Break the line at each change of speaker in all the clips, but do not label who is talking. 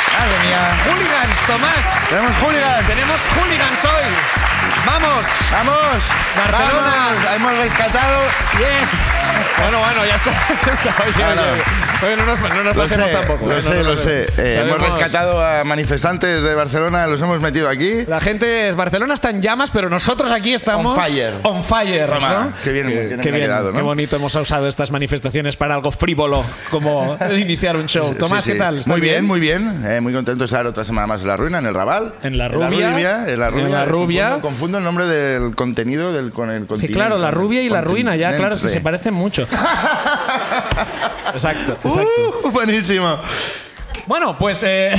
España.
Hooligans, Tomás.
Tenemos hooligans.
Tenemos hooligans hoy. Vamos.
Vamos.
Barcelona.
Vamos. Hemos rescatado.
Yes. Bueno, bueno, ya está. Ya está. Oye,
Claro.
oye, oye. Oye, no nos, no nos
Lo sé,
pasemos tampoco.
lo
¿eh? No
sé,
nos
lo sé.
pasemos.
Eh, hemos
Sabemos-
rescatado a manifestantes de Barcelona, los hemos metido aquí.
La gente es Barcelona está en llamas, pero nosotros aquí estamos
On fire.
On fire,
Toma,
¿no?
qué bien, qué bien me ha quedado, ¿no?
qué bonito hemos usado estas manifestaciones para algo frívolo como iniciar un show. Tomás,
Sí, sí.
¿qué tal? ¿Estás
Muy bien, muy bien. Eh, muy contento de estar otra semana más en La Ruina, en El Raval.
En La Rubia.
En La Rubia.
En La Rubia.
Confundo, confundo el nombre del contenido del, con el
Sí,
continente.
claro, la rubia y la ruina, ya, claro, es que se
Continente.
parecen mucho. Exacto, exacto.
Uh, buenísimo.
Bueno, pues eh,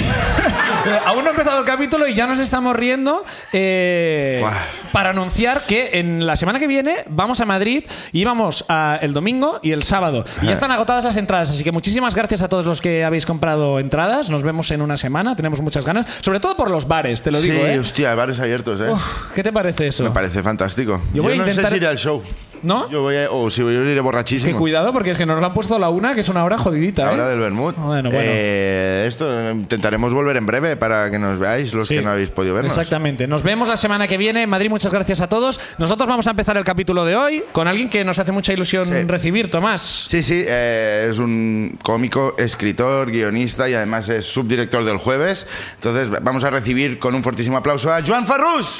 aún no ha empezado el capítulo y ya nos estamos riendo eh,
Guau.
para anunciar que en la semana que viene vamos a Madrid y vamos a el domingo y el sábado. Y ya están agotadas las entradas, así que muchísimas gracias a todos los que habéis comprado entradas. Nos vemos en una semana, tenemos muchas ganas, sobre todo por los bares, te lo
Sí,
digo. ¿eh?
hostia, bares abiertos, ¿eh?
Uf, ¿Qué te parece eso?
Me parece fantástico.
Yo voy a
no sé
intentar-
si iré al show.
¿No?
Yo voy a... O si voy yo iré borrachísimo.
Que cuidado porque es que nos lo han puesto a la una, que es una hora jodidita.
La
¿eh?
hora del Bermud.
Bueno, bueno.
Eh, esto intentaremos volver en breve para que nos veáis los
Sí.
que no habéis podido vernos.
Exactamente. Nos vemos la semana que viene. En Madrid, muchas gracias a todos. Nosotros vamos a empezar el capítulo de hoy con alguien que nos hace mucha ilusión
Sí.
recibir, Tomás.
Sí, sí, eh, es un cómico, escritor, guionista y además es subdirector del jueves. Entonces vamos a recibir con un fortísimo aplauso a Joan Farrús.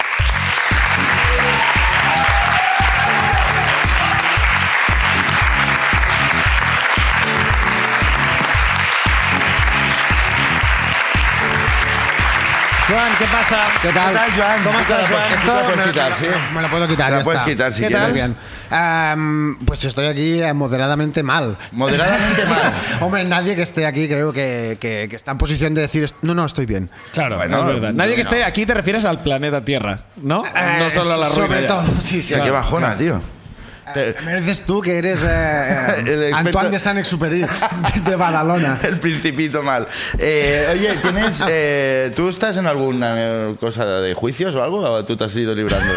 Juan, ¿qué pasa?
¿Qué tal?
¿Qué tal, Joan?
¿Cómo
¿Qué
estás,
tal?
Juan?
Esto- Te la puedes quitar, sí.
Me la puedo quitar.
Te la
ya
puedes
está.
quitar si
¿Qué
quieres.
tal?
Muy bien. Am, pues estoy aquí eh, moderadamente mal.
Moderadamente mal.
Hombre, nadie que esté aquí creo que, que- que está en posición de decir, no, no, estoy bien.
Claro,
Bueno,
es verdad.
no,
Nadie que
no.
esté aquí te refieres al planeta Tierra, ¿no? no
Eh,
solo a la ruina.
Sobre
ya.
todo, sí, sí.
Hostia, qué bajona, tío.
Eh, Mereces tú que eres eh, eh,
El experto-
Antoine de Saint-Exupéry de- de Badalona.
El principito mal. Eh, oye, ¿tienes, eh, ¿tú estás en alguna eh, cosa de juicios o algo? ¿O tú te has ido librando?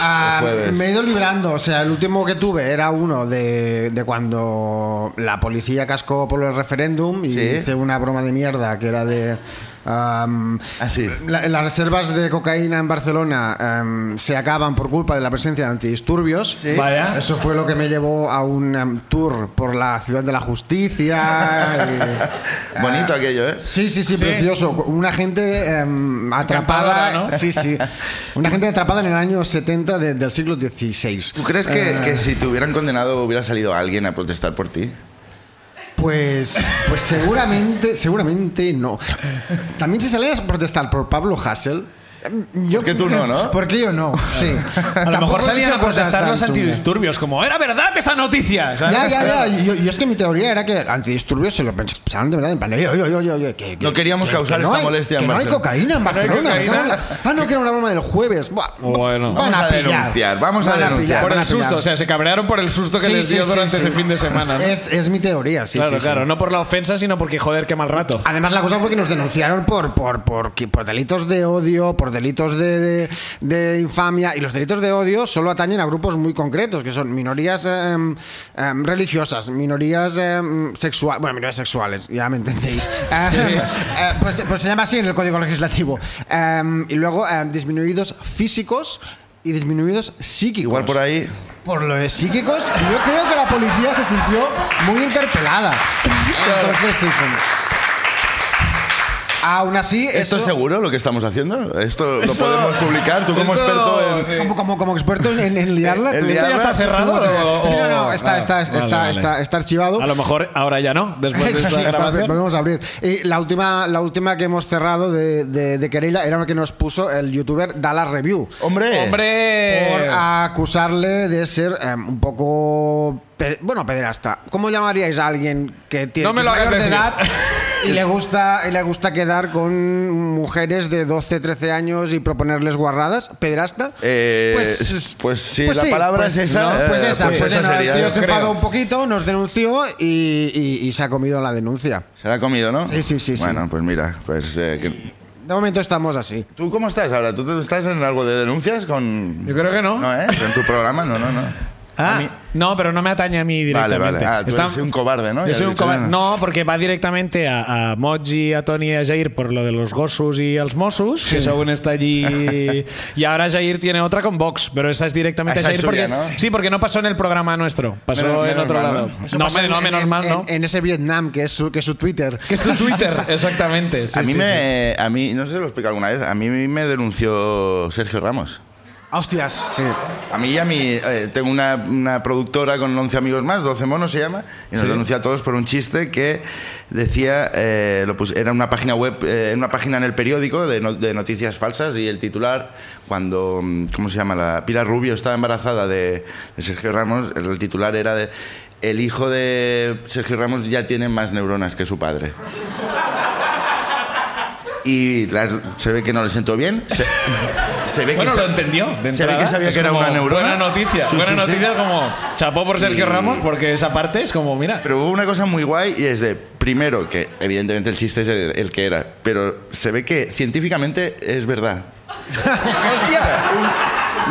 Ah,
El jueves.
me he ido librando, o sea, el último que tuve era uno de, de cuando la policía cascó por el referéndum y
Sí.
hice una broma de mierda que era de... am,
Ah, sí.
la- las reservas de cocaína en Barcelona am, se acaban por culpa de la presencia de antidisturbios.
Vaya.
Eso fue lo que me llevó a un am, tour por la ciudad de la justicia. y-
Bonito aquello, ¿eh?
Sí, sí, sí, precioso. Una gente em, atrapada.
Encantadora, ¿no?
Sí, sí. Una gente atrapada en el año 70 de- del siglo Eh, XVI.
¿Tú crees
Ah.
que, que si te hubieran condenado hubiera salido alguien a protestar por ti?
Pues, pues seguramente, seguramente no. También si salías a protestar por Pablo Hassel. em, Yo,
¿Por qué tú no, no?
¿Por qué yo no? Sí.
A lo mejor salían a protestar los
antidisturbios.
antidisturbios, como era verdad esa noticia. ¿sabes?
Ya, ya, ya. Yo, yo es que mi teoría era que antidisturbios se lo pens- pensaban de verdad. En plan, oye, oye, oye, oye, que- que-
No queríamos
que-
causar
que no
esta
hay-
molestia en
Que no hay
Barcelona.
cocaína en Barcelona. me
cocaína.
cago en la- Ah, no, que era una broma del jueves. Buah,
Bueno.
van
Vamos a
pillar.
denunciar, vamos a
Van
denunciar.
pillar,
Por
van
el
a pillar.
susto, o sea, se cabrearon por el susto que
Sí,
les
sí,
dio
sí,
durante
sí.
ese fin de semana. ¿no?
Es, es mi teoría, sí.
claro,
sí, sí.
claro. No por la ofensa, sino porque, joder, qué mal rato.
Además, la cosa fue que nos denunciaron por, por, por, que- por delitos de odio, por delitos de, de- de infamia. Y los delitos de odio solo atañen a grupos muy concretos, que son minorías em, em, religiosas, minorías sexuales. Bueno, minorías sexuales, ya me entendéis. Em, eh, pues, pues se llama así en el Código Legislativo. Em, y luego em, disminuidos físicos. Y disminuidos psíquicos.
Igual por ahí.
Por lo de psíquicos, yo creo que la policía se sintió muy interpelada. Entonces, dicen- Aún así,
¿Esto
eso-
es seguro lo que estamos haciendo? ¿Esto lo
Esto-
podemos publicar? Tú como
esto-
experto en...
sí.
Como, como, como experto en, en- en liarla.
En
tú-
liarla.
¿Esto ya está cerrado? o-
Sí, no, no,
o-
está, está,
Ah,
está,
vale,
está,
vale.
está- está archivado.
A lo mejor ahora ya no, después de
Sí,
esta grabación.
Volvemos a abrir. Y la última, la última que hemos cerrado de, de, de querella era la que nos puso el youtuber Dallas Review.
¡Hombre!
¡Hombre!
Por acusarle de ser em, un poco. pe- bueno, pederasta. ¿Cómo llamaríais a alguien que tiene
No me
que
lo
es
hagas
mayor de
decir.
edad y le, gusta, y le gusta quedar con mujeres de 12, 13 años y proponerles guarradas? ¿Pederasta?
Eh,
Pues-
pues si
pues
la
sí,
palabra
pues
es esa,
no,
eh,
pues esa,
pues
pues
esa
nada,
sería,
El tío
yo
se
creo.
enfadó un poquito, nos denunció y, y- y se ha comido la denuncia.
Se la ha comido, ¿no?
Sí, sí, sí, sí.
Bueno, pues mira, pues... eh, que-
De momento estamos así.
¿Tú cómo estás ahora? ¿Tú te- estás en algo de denuncias con...?
Yo creo que no.
No, ¿eh? ¿En tu programa? No, no, no.
Ah,
A mí-
no, pero no me atañe a mí
Vale, vale.
directamente.
Ah, tú
Está-
eres un cobarde, ¿no?
Yo
Ya
soy
has
un
dicho,
cobarde.
no,
No, porque va directamente a, a Moji, a Tony y a Jair por lo de los Gosus y los Mosus, que según está allí. y ahora Jair tiene otra con Vox, pero esa es directamente
Esa
a
es
Jair.
suya,
porque,
¿no?
Sí, porque no pasó en el programa nuestro, pasó
Menos-
en
menos
otro
mal,
lado.
¿no?
No, hombre, no, menos
en,
mal, ¿no?
En, en ese Vietnam, que es su, que es su Twitter.
que es su Twitter, exactamente. sí,
a mí
sí, sí.
me. A mí, no sé si lo he explicado alguna vez, a mí me denunció Sergio Ramos.
Hostias, sí.
A mí y a mí, eh, tengo una, una productora con 11 amigos más, 12 monos se llama, y nos denuncia a todos por un chiste que decía, eh, lo pus- era una página web, eh, una página en el periódico de, no- de noticias falsas y el titular, cuando, mm, ¿cómo se llama? La Pilar Rubio estaba embarazada de, de Sergio Ramos, el titular era de, el hijo de Sergio Ramos ya tiene más neuronas que su padre. Y las- se ve que no le sentó bien. Se, se ve
Bueno,
que
lo
se-
entendió. De
se ve
entrada.
que sabía
Es
que era
como
una neurona.
Buena noticia.
Sí,
buena
sí, sí.
noticia es como chapó por Sergio
Y-
Ramos, porque esa parte es como, mira.
Pero hubo una cosa muy guay y es de, primero, que evidentemente el chiste es el, el que era, pero se ve que científicamente es verdad.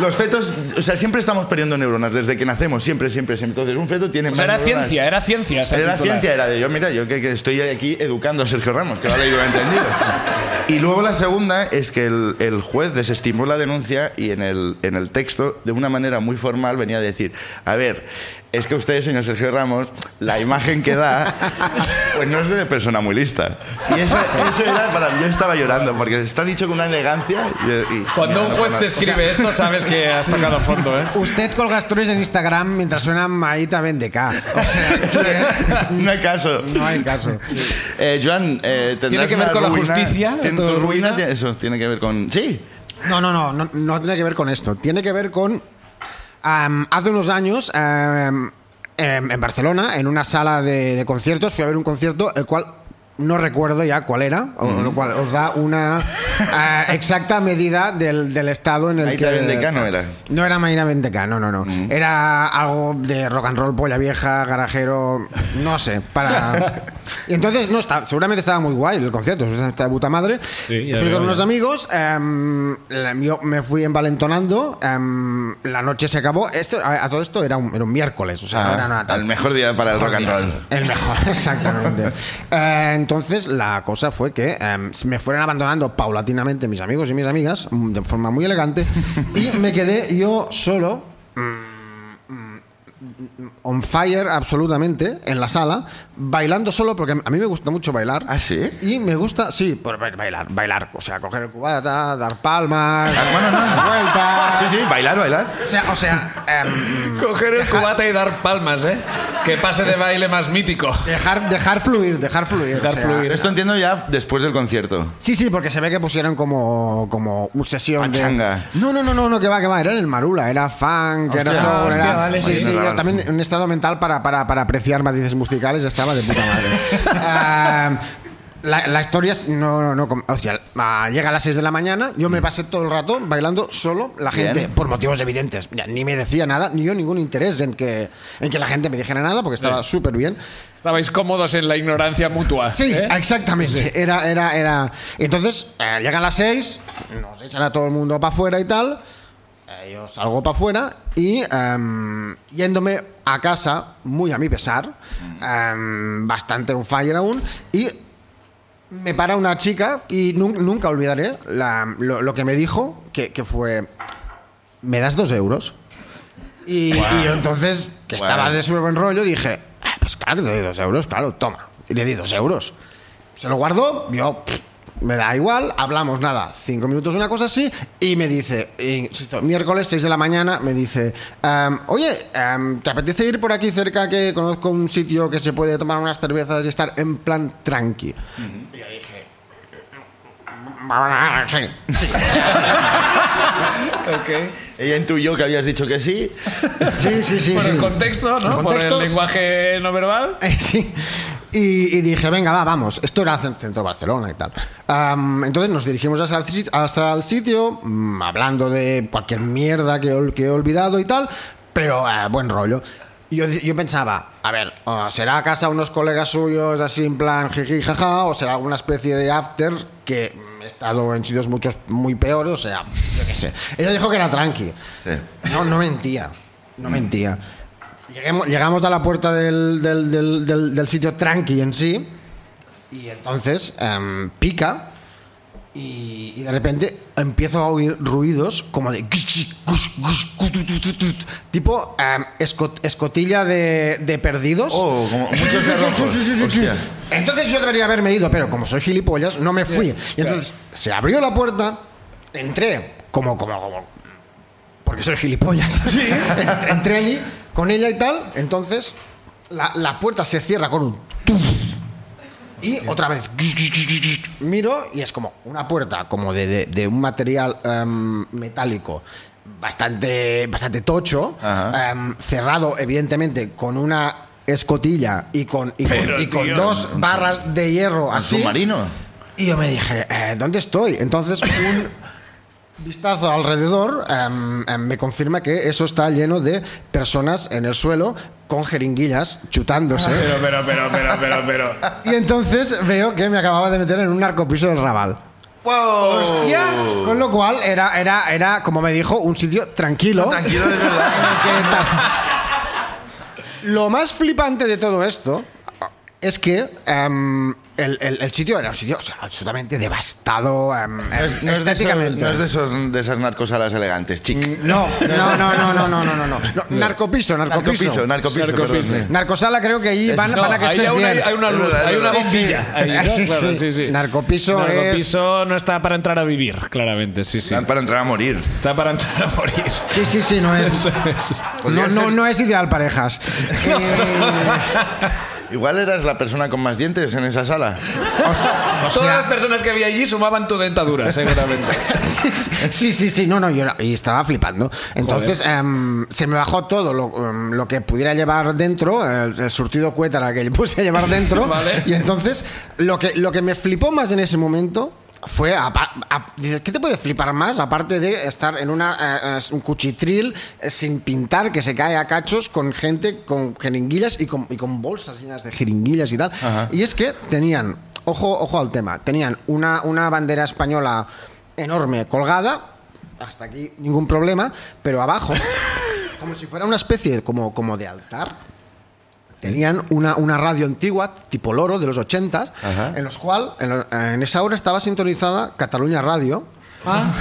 Los fetos, o sea, siempre estamos perdiendo neuronas desde que nacemos, siempre, siempre, siempre. Entonces, un feto tiene
O
más
sea, era
neuronas.
ciencia, era ciencia. ese
Era
titular.
ciencia, era de yo, mira, yo que, que estoy aquí educando a Sergio Ramos, que lo ha leído y lo ha entendido. Y luego la segunda es que el, el juez desestimó la denuncia y en el, en el texto, de una manera muy formal, venía a decir, a ver, es que usted, señor Sergio Ramos, la imagen que da, pues no es de persona muy lista. Y eso, eso era para mí, yo estaba llorando, porque está dicho con una elegancia. y- y-
Cuando un
mira,
juez
no,
te
no.
escribe esto, sabes que has tocado fondo, ¿eh?
Usted colga stories en Instagram mientras suena Maíta Vendeca. O sea,
No hay caso.
no hay caso.
Eh, Joan, eh, tendrás
que ver
una
con la
ruina-
justicia?
Tien-
¿Tu
tu ruina,
ruina?
tie- eso tiene que ver con. Sí.
No, no, no, no, no tiene que ver con esto. Tiene que ver con. am, hace unos años. am, em, en Barcelona, en una sala de, de conciertos, fui a ver un concierto, el cual no recuerdo ya cuál era, o- lo cual os da una ah, exacta medida del, del estado en el
Ahí
que...
también de Cano era.
No era Marina Venteca, no, no, no.
Mm.
Era algo de rock and roll, polla vieja, garajero, no sé, para... Y entonces, no, está, seguramente estaba muy guay el concierto, está de puta madre.
Sí, ya
Fui
veo,
con
ya.
unos amigos, em, la- yo me fui envalentonando, em, la noche se acabó. Esto, a, a todo esto era un, era un miércoles, o sea,
Ah,
era una
el mejor día para el rock and roll.
el mejor, exactamente. Eh, entonces, la cosa fue que eh, me fueron abandonando paulatinamente mis amigos y mis amigas, mm, de forma muy elegante, y me quedé yo solo, mm, mm, on fire absolutamente, en la sala, bailando solo, porque a mí me gusta mucho bailar.
¿Ah, sí?
Y me gusta, sí, por ba- bailar, bailar, o sea, coger el cubata, dar palmas,
Ah, Bueno, no.
vueltas.
Sí, sí, bailar, bailar.
O sea, o sea em,
Coger el cubata y dar palmas, ¿eh? Que pase de baile más mítico.
dejar, dejar fluir, dejar fluir.
Dejar fluir.
Pero esto entiendo ya después del concierto.
Sí, sí, porque se ve que pusieron como, como un sesión
Pachanga.
de... No, no, no, no, no, que va, que va, era en el Marula, era funk, era
Hostia,
soul,
hostia,
era...
vale,
sí,
sí,
sí,
sí.
yo también un estado mental para, para, para apreciar matices musicales estaba de puta madre. Ah, La, la historia es, no, no, no, com- hostia, ah, llega a las 6 de la mañana, yo me pasé todo el rato bailando solo, la gente,
Mm. Bien.
por motivos evidentes, ya, ni me decía nada, ni yo ningún interés en que, en que la gente me dijera nada, porque estaba súper bien.
Estabais cómodos en la ignorancia mutua.
Sí,
¿eh?
exactamente. Era, era, era. Entonces, eh, llegan las seis, nos echan a todo el mundo para afuera y tal. Eh, yo salgo para afuera y em, yéndome a casa, muy a mi pesar, em, bastante un fire aún, y me para una chica y nun- nunca olvidaré la- lo, lo que me dijo, que, que fue, ¿me das dos euros? Y, y yo entonces, que
Guau.
estaba de su buen rollo, dije, "Ah, pues claro, te doy dos euros, claro, toma. Y le di dos euros. Se lo guardó, yo, pff, me da igual, hablamos nada, cinco minutos, una cosa así, y me dice, insisto, miércoles, 6 de la mañana, me dice, "Em, oye, em, ¿te apetece ir por aquí cerca que conozco un sitio que se puede tomar unas cervezas y estar en plan tranqui? Sí.
Ella intuyó que habías dicho que sí.
Sí, sí, sí.
Por el
sí.
contexto, ¿no?
El
Por
contexto.
el lenguaje no verbal.
Eh, sí. Y, y dije, venga, va, vamos. Esto era cen- centro de Barcelona y tal. Am, entonces nos dirigimos hasta el, sit- hasta el sitio, mm, hablando de cualquier mierda que, ol- que he olvidado y tal, pero eh, buen rollo. Y Yo, di- yo pensaba, a ver, o será a casa unos colegas suyos así en plan jiji jaja, o será alguna especie de after que mm, he estado en sitios muchos muy peores, o sea, yo qué sé. Ella dijo que era tranqui.
Sí.
No, no mentía. No mentía. lleguemos- llegamos a la puerta del, del- del- del- del sitio tranqui en sí, y entonces em, pica. Y, y de repente empiezo a oír ruidos como de... Tipo em, esco- escotilla de, de perdidos.
Oh, como muchos cerrojos. Hostia.
Entonces yo debería haberme ido, pero como soy gilipollas, no me fui. Y entonces se abrió la puerta, entré como, como, como. Porque soy gilipollas. Sí. entré allí con ella y tal. Entonces la, la puerta se cierra con un. tuf. Y otra vez miro y es como una puerta como de, de- de un material em, metálico bastante, bastante tocho,
Ajá.
em, cerrado evidentemente con una escotilla y con, y con-
Pero,
y con
tío.
dos barras de hierro
¿Un
así.
submarino?
Y yo me dije, eh, ¿dónde estoy? Entonces un vistazo alrededor em, em, me confirma que eso está lleno de personas en el suelo con jeringuillas chutándose.
Pero, pero, pero, pero, pero, pero.
Y entonces veo que me acababa de meter en un narcopiso del Raval.
¡Hostia!
Con lo cual era, era, era, como me dijo, un sitio tranquilo.
Tranquilo, de verdad.
en el que estás. Lo más flipante de todo esto es que em, el, el- el sitio era un sitio o sea, absolutamente devastado em, em,
No es, no es de, esos-
estéticamente. Mm.
no es de, esos, de esas narcosalas elegantes, chic.
No, no, no, no, no, no, no, no, no. Narcopiso,
Narcopiso, narcopiso,
narcopiso.
Narcopiso.
perdón, sí.
Narcosala creo que allí van,
No,
van a que
ahí
estés
hay una,
bien.
hay una luz,
Es
hay una
verdad,
bombilla. ahí, ¿no?
Sí,
Claro,
sí.
sí, sí.
Narcopiso
Narcopiso no está para entrar a vivir, claramente, sí, sí.
Para entrar a morir.
Está para entrar a morir.
Sí, sí, sí, no es.
Podría
No, no,
ser-
no es ideal parejas. Eh,
Igual eras la persona con más dientes en esa sala.
o sea- o sea-
personas que había allí sumaban tu dentadura, seguramente.
sí, sí, sí, no, no, yo era- y estaba flipando. Entonces em, se me bajó todo lo, em, lo que pudiera llevar dentro, el, el surtido cuétara que le puse a llevar dentro.
Vale.
Y entonces lo que, lo que me flipó más en ese momento fue, apa- a- dices, ¿qué te puede flipar más? Aparte de estar en una, eh, eh, un cuchitril eh, sin pintar que se cae a cachos con gente con jeringuillas y con, y con bolsas llenas de jeringuillas y tal. Y es que tenían, ojo, ojo al tema, tenían una, una bandera española enorme colgada, hasta aquí ningún problema, pero abajo, como si fuera una especie de- como, como de altar, Tenían una, una radio antigua, tipo Loro, de los 80,
Ajá.
en los cual en, lo- en esa hora estaba sintonizada Cataluña Radio.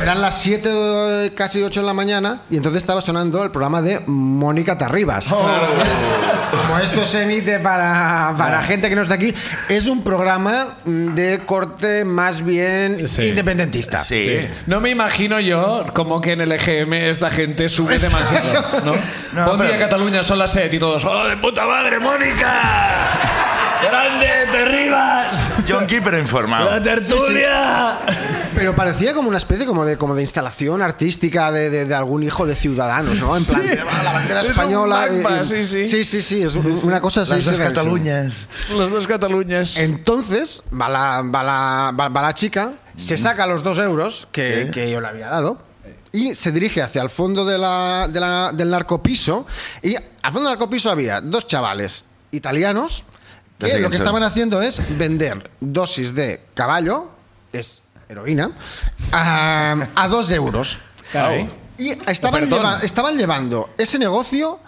Eran las 7, eh, casi 8 de la mañana, y entonces estaba sonando el programa de Mónica Tarribas.
Oh.
Como esto se emite para,
Ah.
para gente que no está aquí, es un programa de corte más bien
Sí.
independentista.
Sí.
No me imagino yo como que en el EGM esta gente sube demasiado, ¿no?
No,
Buen día,
pero-
Cataluña, son las set y todos. ¡Oh, de puta madre, Mónica! ¡Grande, te ribas!
Yonki, pero
¡La
informado.
tertulia!
Pero parecía como una especie como de, como de instalación artística de, de- de algún hijo de ciudadanos, ¿no? En plan, llevaba la bandera
Es un
española. y-
magma,
y-
sí, sí.
sí, sí, sí, es un- una cosa así.
Las dos
surrealísima.
Cataluñas.
Las dos Cataluñas.
Entonces, va la, va la- va- va la chica, se saca los dos euros que,
Sí.
que yo le había dado y se dirige hacia el fondo de la- de la- del narcopiso. Y al fondo del narcopiso había dos chavales italianos
Ya sé
que lo
quién
que
son.
estaban haciendo es vender dosis de caballo, es heroína, a, a dos euros.
Caray.
Y estaban,
Ofertón.
lleva- estaban llevando ese negocio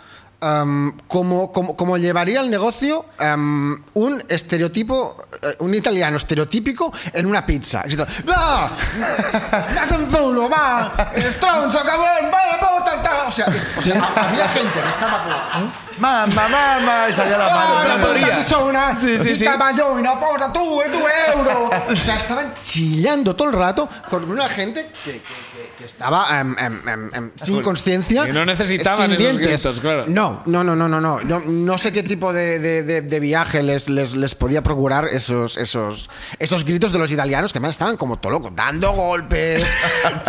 em, como, como, como llevaría el negocio em, un estereotipo, eh, un italiano estereotípico en una pizza. Y todo, ¡Va! ¡Va con Zulo, va! ¡Stronzo, cabrón! ¡Vaya, vamos, tal, tal". O sea, es- o sea, había gente que estaba como...
Mamá, mamá. Y salía la
¡Ah,
mano.
la
Pero-
tanto-
puta persona!
Sí, sí,
¡Di
sí.
caballo, una porta, tú, eh, tu euro! O sea, estaban chillando todo el rato con una gente que, que- que- que estaba em, em, em, em, sin conciencia.
Que no necesitaban
sin
esos
dientes.
gritos, claro.
No, no, no, no, no. No, no, no sé qué tipo de, de- de- de viaje les, les, les podía procurar esos, esos, esos gritos de los italianos que más estaban como todo loco, dando golpes,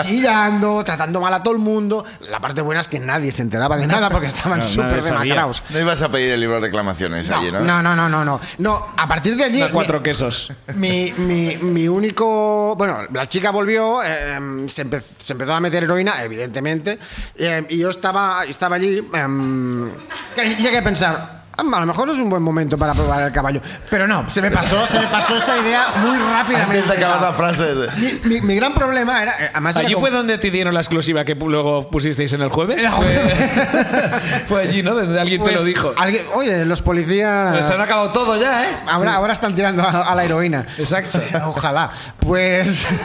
chillando, tratando mal a todo el mundo. La parte buena es que nadie se enteraba de nada porque estaban
No, nadie
súper
sabía.
demacrados.
No ibas a pedir el libro de reclamaciones allí, ¿no?
No, no, no, no, no. No, a partir de allí.
Da cuatro
mi-
quesos.
Mi, mi, mi único. Bueno, la chica volvió, eh, se, empe- se empezó a meter heroína, em, evidentemente, eh, y yo estaba, estaba allí. eh, em, que llegué a pensar. A lo mejor no es un buen momento para probar el caballo. Pero no, se me pasó, se me pasó esa idea muy rápidamente.
Antes de acabar la frase.
Mi, mi- mi gran problema era. eh, Además, era
Allí
como-
fue donde te dieron la exclusiva que pu- luego pusisteis en el jueves. Fue, fue allí, ¿no? Donde alguien te lo
pues,
dijo.
alguien- oye, los policías.
Pues se han acabado todo ya, ¿eh?
Ahora, ahora están tirando a, a la heroína.
Exacto.
Ojalá. Pues.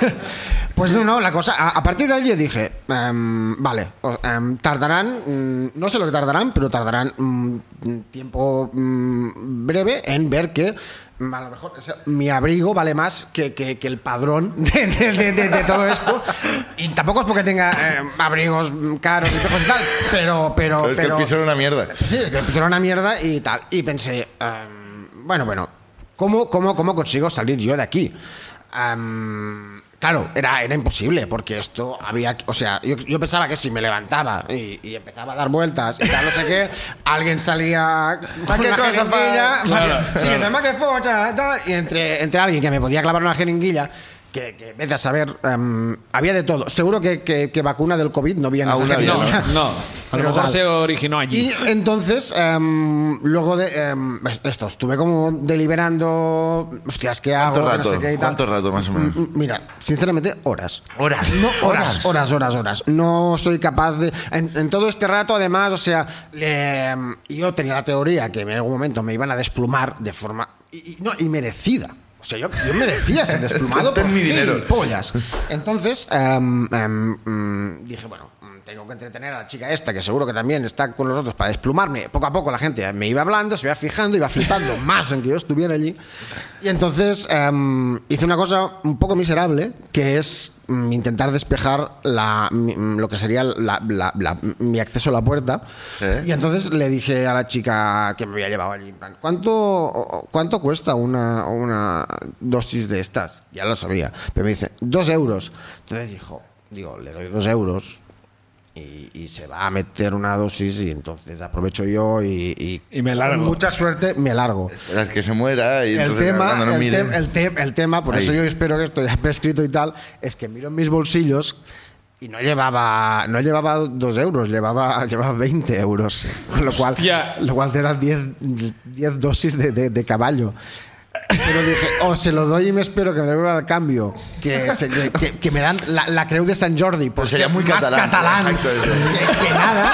Pues no, no, la cosa. A, a partir de allí dije, em, vale, o- em, tardarán, mm, no sé lo que tardarán, pero tardarán mm, mm, tiempo mm, breve en ver que mm, a lo mejor o sea, mi abrigo vale más que, que- que el padrón de, de- de- de- de todo esto. Y tampoco es porque tenga em, abrigos mm, caros y cosas y tal, pero. pero,
Pero es que el
pero-
piso era una mierda.
Sí, que me pusieron una mierda y tal. Y pensé, ehm, bueno, bueno, ¿cómo, cómo, ¿cómo consigo salir yo de aquí? Ehm, claro, era, era imposible, porque esto había. O sea, yo, yo pensaba que si me levantaba y, y empezaba a dar vueltas y tal, no sé qué, alguien salía.
¿Pa' qué
una
cosa, pa'?
jeringuilla,
Claro,
sí,
claro.
además que focha, tal, y entre, entre alguien que me podía clavar una jeringuilla. Que, que vete a saber, ehm, había de todo. Seguro que, que- que vacuna del COVID no había en
Aún
esa
había,
No,
jeringuilla.
no. A lo
Pero
mejor
tal.
se originó allí.
Y entonces, em, luego de em, es- esto, estuve como deliberando, hostias, ¿qué hago?
¿Cuánto
No
rato?
sé qué y tal.
¿Cuánto rato más o menos?
Mm, Mira, sinceramente, horas.
Horas.
No, horas, horas, horas, horas. No soy capaz de... En, en todo este rato, además, o sea, le- em, yo tenía la teoría que en algún momento me iban a desplumar de forma... Y, y- no, y merecida. O sea, yo, yo merecía ser desplumado
Ten
por
mi dinero.
pollas. Entonces, em, em, mm, dije, bueno, mm, tengo que entretener a la chica esta, que seguro que también está con los otros para desplumarme. Poco a poco la gente me iba hablando, se iba fijando, iba flipando más en que yo estuviera allí. Y entonces em, hice una cosa un poco miserable, que es mm, intentar despejar la, mi- mm, lo que sería la- la- la- mi acceso a la puerta.
¿Eh?
Y entonces le dije a la chica que me había llevado allí, en plan, ¿cuánto, o- o- cuánto cuesta una, una dosis de estas? Ya lo sabía. Pero me dice, dos euros. Entonces dijo, digo, le doy dos euros y, y se va a meter una dosis y entonces aprovecho yo y...
Y me largo.
con Mucha suerte, me largo.
Las que se muera y
El
entonces
tema,
cuando no
el,
miren.
tem- el tem- el tema, por
Ahí.
eso yo espero que esto ya prescrito y tal, es que miro en mis bolsillos y no llevaba no llevaba dos euros, llevaba, llevaba 20 euros. Con lo cual,
Hostia.
lo cual te dan 10 10 dosis de, de- de caballo. Pero dije, o se lo doy y me espero que me devuelva el cambio. Que, se- que- que- que me dan la, la creu de San Jordi. Pues
sería muy
más
catalán. Exacto, eso.
que, que nada.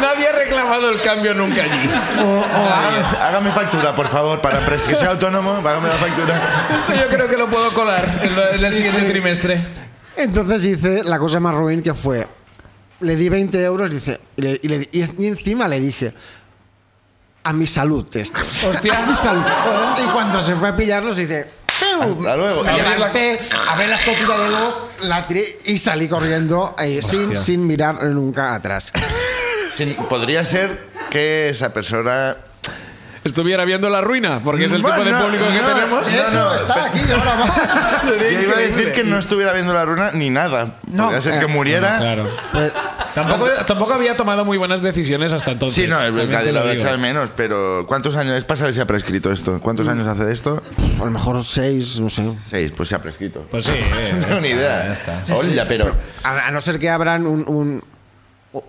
Nadie ha reclamado el cambio nunca allí.
O- o-
Hágame, hágame factura, por favor, para pres- que sea autónomo, hágame la factura.
Esto yo creo que lo puedo colar en, lo- en el siguiente trimestre.
Entonces hice la cosa más ruin que fue. Le di 20 euros dice, y, le- y le- y encima le dije. A mi salud, esto.
Hostia.
A mi salud. Y cuando se fue a pillarlos, dice. "Teu".
Hasta luego.
Me
Y
abrir la-
levanté, a ver las copitas de los, la tiré y salí corriendo eh, sin,
Hostia.
sin mirar nunca atrás.
Sí, Podría ser que esa persona.
Estuviera viendo la ruina, porque es el
Bueno,
tipo de público que
no,
tenemos.
no,
Eso
no,
está aquí, ahora va.
Yo
Sería
iba a
increíble.
decir que no estuviera viendo la runa ni nada.
No,
Podría ser
eh,
que muriera.
Claro.
Pues,
Tampoco, tampoco había tomado muy buenas decisiones hasta entonces.
Sí, no, el
también te
Belcade
lo
lo he
digo.
echado de menos, pero ¿cuántos años? Es para saber si ha prescrito esto.
Mm.
¿Cuántos años hace de esto?
a lo mejor seis, no sé.
Seis, pues se ha prescrito.
Pues sí. eh,
no
ya
tengo ni
está,
idea.
ya está.
Hola, pero.
A, a no ser que abran un. un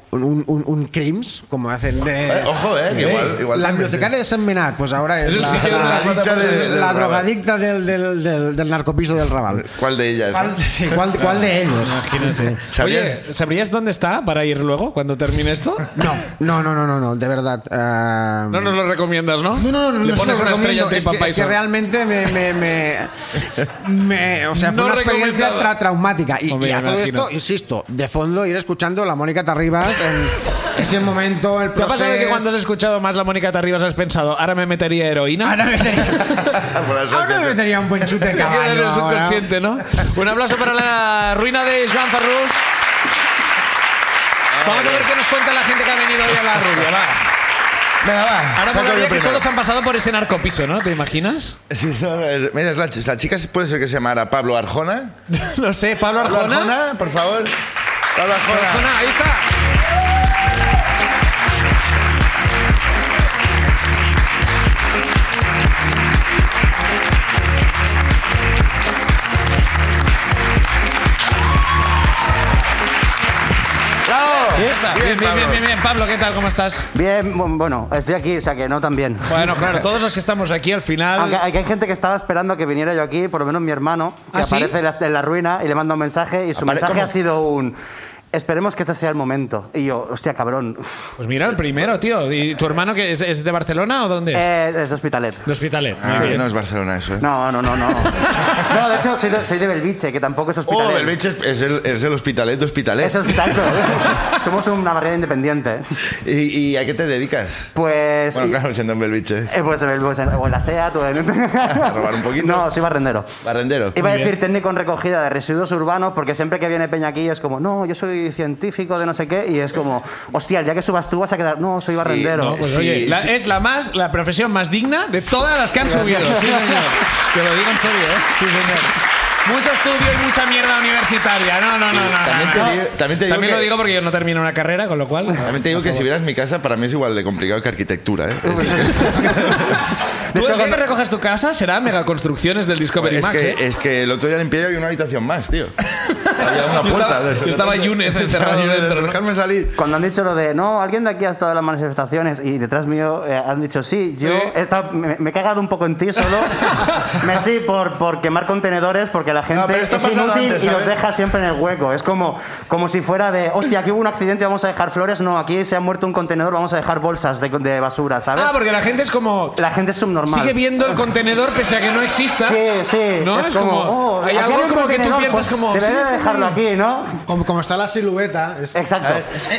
un, un, un- un crims, como hacen de.
Eh, ojo, eh, que igual. igual
la
también, sí.
bibliotecaria de San Menat, pues ahora es,
Es el
la,
sitio donde
la-
las ratas
la-
pasan.
la drogadicta del, del, del- del narcopiso del Raval.
¿Cuál de ellas? eh?
¿Cuál, sí, cuál- cuál de ellos? Sí, sí.
¿Sabías?
Oye, ¿sabrías dónde está para ir luego cuando termine esto?
No, no, no, no, no, no, de verdad. eh,
No nos lo recomiendas, ¿no?
no, no, no,
Le
no se
pones
lo
una estrella
recomiendo.
en
es
Tripadvisor.
que, es que realmente me, me, me- me- O sea, fue
No
una experiencia
recomendado.
tra- traumática. Y,
Hombre,
y a
me
todo
imagino.
esto, insisto, de fondo ir escuchando la Mónica Tarribas en ese momento, el
¿Te ha pasado que
proceso-
cuando has escuchado más la Mónica Tarribas has pensado, ahora me metería heroína?
Ahora me tenía,
Por la
ahora me
asociación.
tenía un buen chute de
Te quedas en
caballo.
el
ahora.
subconsciente, ¿no? Un aplauso para la ruina de Joan Farrús.
Ah,
Vamos a ver qué nos cuenta la gente que ha venido hoy a la rubia, va.
Venga, va.
Ahora
saco yo
molaría que
primero.
todos han pasado por ese narcopiso, ¿no? ¿Te imaginas?
Sí, eso es- mira, es la, ch- la chica puede ser que se llamara Pablo Arjona.
No sé, Pablo
Pablo
Arjona.
Arjona, por favor. Pablo Arjona.
Arjona, ahí está.
¡Bravo!
Eso, pasa? Bien, bien, bien, bien, bien. Pablo, ¿qué tal? ¿Cómo estás?
Bien, bu- bueno, estoy aquí, o sea que no también.
Bueno, claro, todos los que estamos aquí al final.
Aunque hay, que hay gente que estaba esperando que viniera yo aquí, por lo menos mi hermano, que
¿Ah, sí?
aparece en la, en la ruina y le manda un mensaje y su
Apare-
mensaje
¿cómo?
ha sido un... Esperemos que este sea el momento. Y yo, hostia, cabrón.
Pues mira, el primero, tío. ¿Y tu hermano que es, es de Barcelona o dónde es?
Eh, es de Hospitalet.
de Hospitalet. Muy
Ah,
bien.
no es Barcelona eso. ¿eh?
No, no, no, no. No, de hecho, soy de, soy de Belviche, que tampoco es
Oh,
Hospitalet.
el Beach es, es el, es el hospitalet de hospitalet.
Es el exacto. Somos una barrera independiente.
¿Y, y a qué te dedicas?
Pues...
Bueno,
y-
claro, siendo en Belviche.
eh, pues, en- pues en, o en la SEAT o en...
robar un poquito?
No, soy barrendero.
Barrendero.
Iba a decir técnico en recogida de residuos urbanos porque siempre que viene Peña aquí es como, no, yo soy científico de no sé qué y es como, hostia, el día que subas tú vas a quedar, no, soy barrendero.
No, pues
Sí,
oye, la-
sí.
es la más, la profesión más digna de todas las que han subido. Sí, señor. Te lo digo en serio, ¿eh? Sí, señor. Mucho estudio y mucha mierda universitaria. No, no, no, no.
también
no,
te
no.
digo- también te digo que-
lo digo porque yo no termino una carrera, con lo cual.
También te digo que si vieras mi casa, para mí es igual de complicado que arquitectura. ¿eh?
Pues,
¿Tú el día
cuando-
que recoges tu casa será megaconstrucciones del Discovery
Pues Es
Max. ¿eh?
que, es que el otro día limpié y había una habitación más, tío. Había una
Yo
puerta.
estaba- yo estaba Yúnez encerrado
Yúnez,
dentro, ¿no?
Dejarme salir.
Cuando han dicho lo de, no, alguien de aquí ha estado en las manifestaciones y detrás mío eh, han dicho, sí, yo
Sí.
he estado- me, me he cagado un poco en ti solo. me sí, por, por quemar contenedores porque la gente
pero esto ha
es
pasado
inútil
antes,
y los
¿sabes?
deja siempre en el hueco. Es como, como si fuera de, hostia, aquí hubo un accidente, vamos a dejar flores. No, aquí se ha muerto un contenedor, vamos a dejar bolsas de, de basura, ¿sabes?
Ah, porque la gente es como.
la gente es subnormal.
Sigue viendo el contenedor pese a que no exista.
Sí, sí.
¿No?
Es, como, oh,
hay
aquí
algo
un
como que tú
contenedor,
piensas
pues
como. sí,
Debería
está
de dejarlo
bien.
aquí, ¿no?
Como, como está la silueta. Es,
Exacto.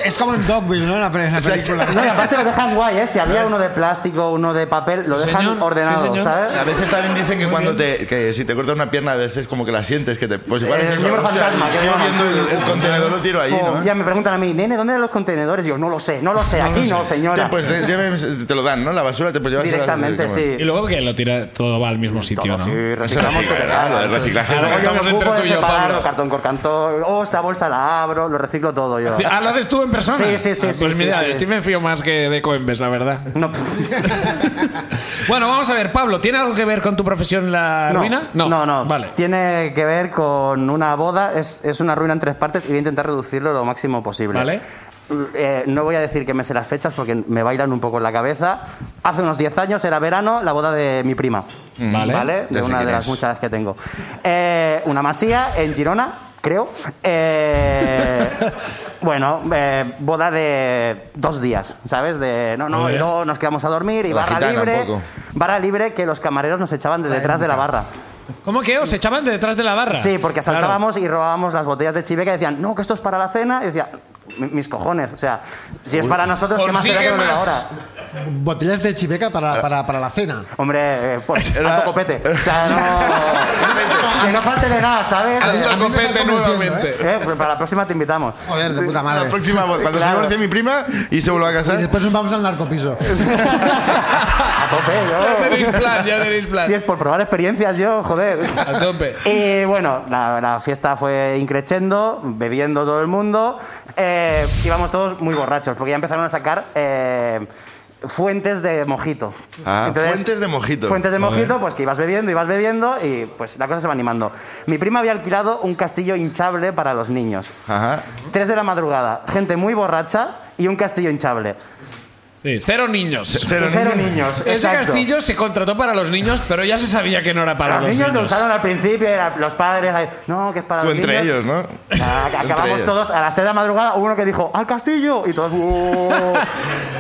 es- es como en Dogville, ¿no? La, pre- la película.
No, y aparte lo dejan guay, ¿eh? Si había uno de plástico, uno de papel, lo dejan
Señor, sí,
ordenado,
señor.
¿sabes?
A veces también dicen que cuando te, que si te cortas una pierna, a veces como que la sientes. que te, Pues igual
Eh,
es
el
eso.
libro
hostia,
fantasma, que
sigo
llaman.
viendo el, el contenedor, lo tiro ahí,
Como
¿no?
Oh, Ya me preguntan a mí, nene, ¿dónde eran los contenedores? Yo, no lo sé, no lo sé, aquí no,
Te-
señora.
pues te, lleves- te lo dan, ¿no? La basura te pues llevas a la-
Directamente,
como-
sí.
Y luego que lo tira todo va al mismo sitio, ¿no?
Todo sí,
Eso
reciclamos
sí,
lo que
claro,
tal.
el reciclaje es
Luego
una-
yo me
Estamos entre
ocupo de
tú y yo,
separarlo,
Pablo.
cartón por cartón. Oh, esta bolsa la abro, lo reciclo todo yo.
Sí, ah, lo haces tú en persona.
Sí, sí, sí,
Ah,
sí,
Pues
sí,
mira,
sí.
de ti me fío más que de Coembes, la verdad.
No,
Bueno, vamos a ver, Pablo, ¿tiene algo que ver con tu profesión la ruina?
No, no, no.
Vale.
Tiene que ver con una boda, es, es una ruina en tres partes y voy a intentar reducirlo lo máximo posible.
Vale.
Eh, no voy a decir que me sé las fechas porque me bailan un poco en la cabeza. Hace unos 10 años, era verano, la boda de mi prima.
Mm. Vale.
Ya
De
sé
una
quién
de
es.
las muchas que tengo. Eh, una masía en Girona, creo. Eh, bueno, eh, boda de dos días, ¿sabes? De no, no,
Muy
y
bien.
luego nos quedamos a dormir y
La
barra
gitana un
libre.
poco.
Barra libre que los camareros nos echaban de detrás de la barra.
¿Cómo que os echaban de detrás de la barra?
Sí, porque
Claro.
asaltábamos y robábamos las botellas de chive que decían, no, que esto es para la cena. Y decía, "Mi- mis cojones. O sea, si es para nosotros, ¿qué más será que
Consigue
una
más.
hora?
Botellas de chiveca para, para, para la cena.
Hombre, eh, pues, alto copete. O sea, no. que no falte de nada, ¿sabes?
Ando
A mí me
copete
estás convenciendo,
nuevamente.
Eh, pues para la próxima te invitamos.
Joder, de
La
puta madre.
próxima, voz, cuando se
Claro.
divorcie mi prima y se vuelva a
Y
casar.
después nos vamos al narcopiso.
eh?
A
Ya
tope,
tenéis
yo.
plan, ya tenéis plan.
Si es por probar experiencias, yo, joder.
A tope.
Y Eh, bueno, la, la fiesta fue increchendo, bebiendo todo el mundo. eh, íbamos todos muy borrachos, porque ya empezaron a sacar eh, fuentes de mojito.
Ah, fuentes de mojito.
Fuentes de
Joder.
mojito, pues que ibas bebiendo, ibas bebiendo y pues la cosa se va animando. Mi prima había alquilado un castillo hinchable para los niños.
Ajá.
3 de la madrugada, gente muy borracha y un castillo hinchable.
Sí, cero niños.
Pero
Cero niños.
Ese
exacto.
castillo se contrató para los niños, pero ya se sabía que no era para
Los
los,
niños lo usaron al principio, eran los padres, ahí, no, que es para
Tú
los
entre
niños.
ellos, ¿no?
Ah,
Entre
Acabamos
ellos.
todos a las 3 de la madrugada, hubo uno que dijo, al castillo, y todos, "Uh".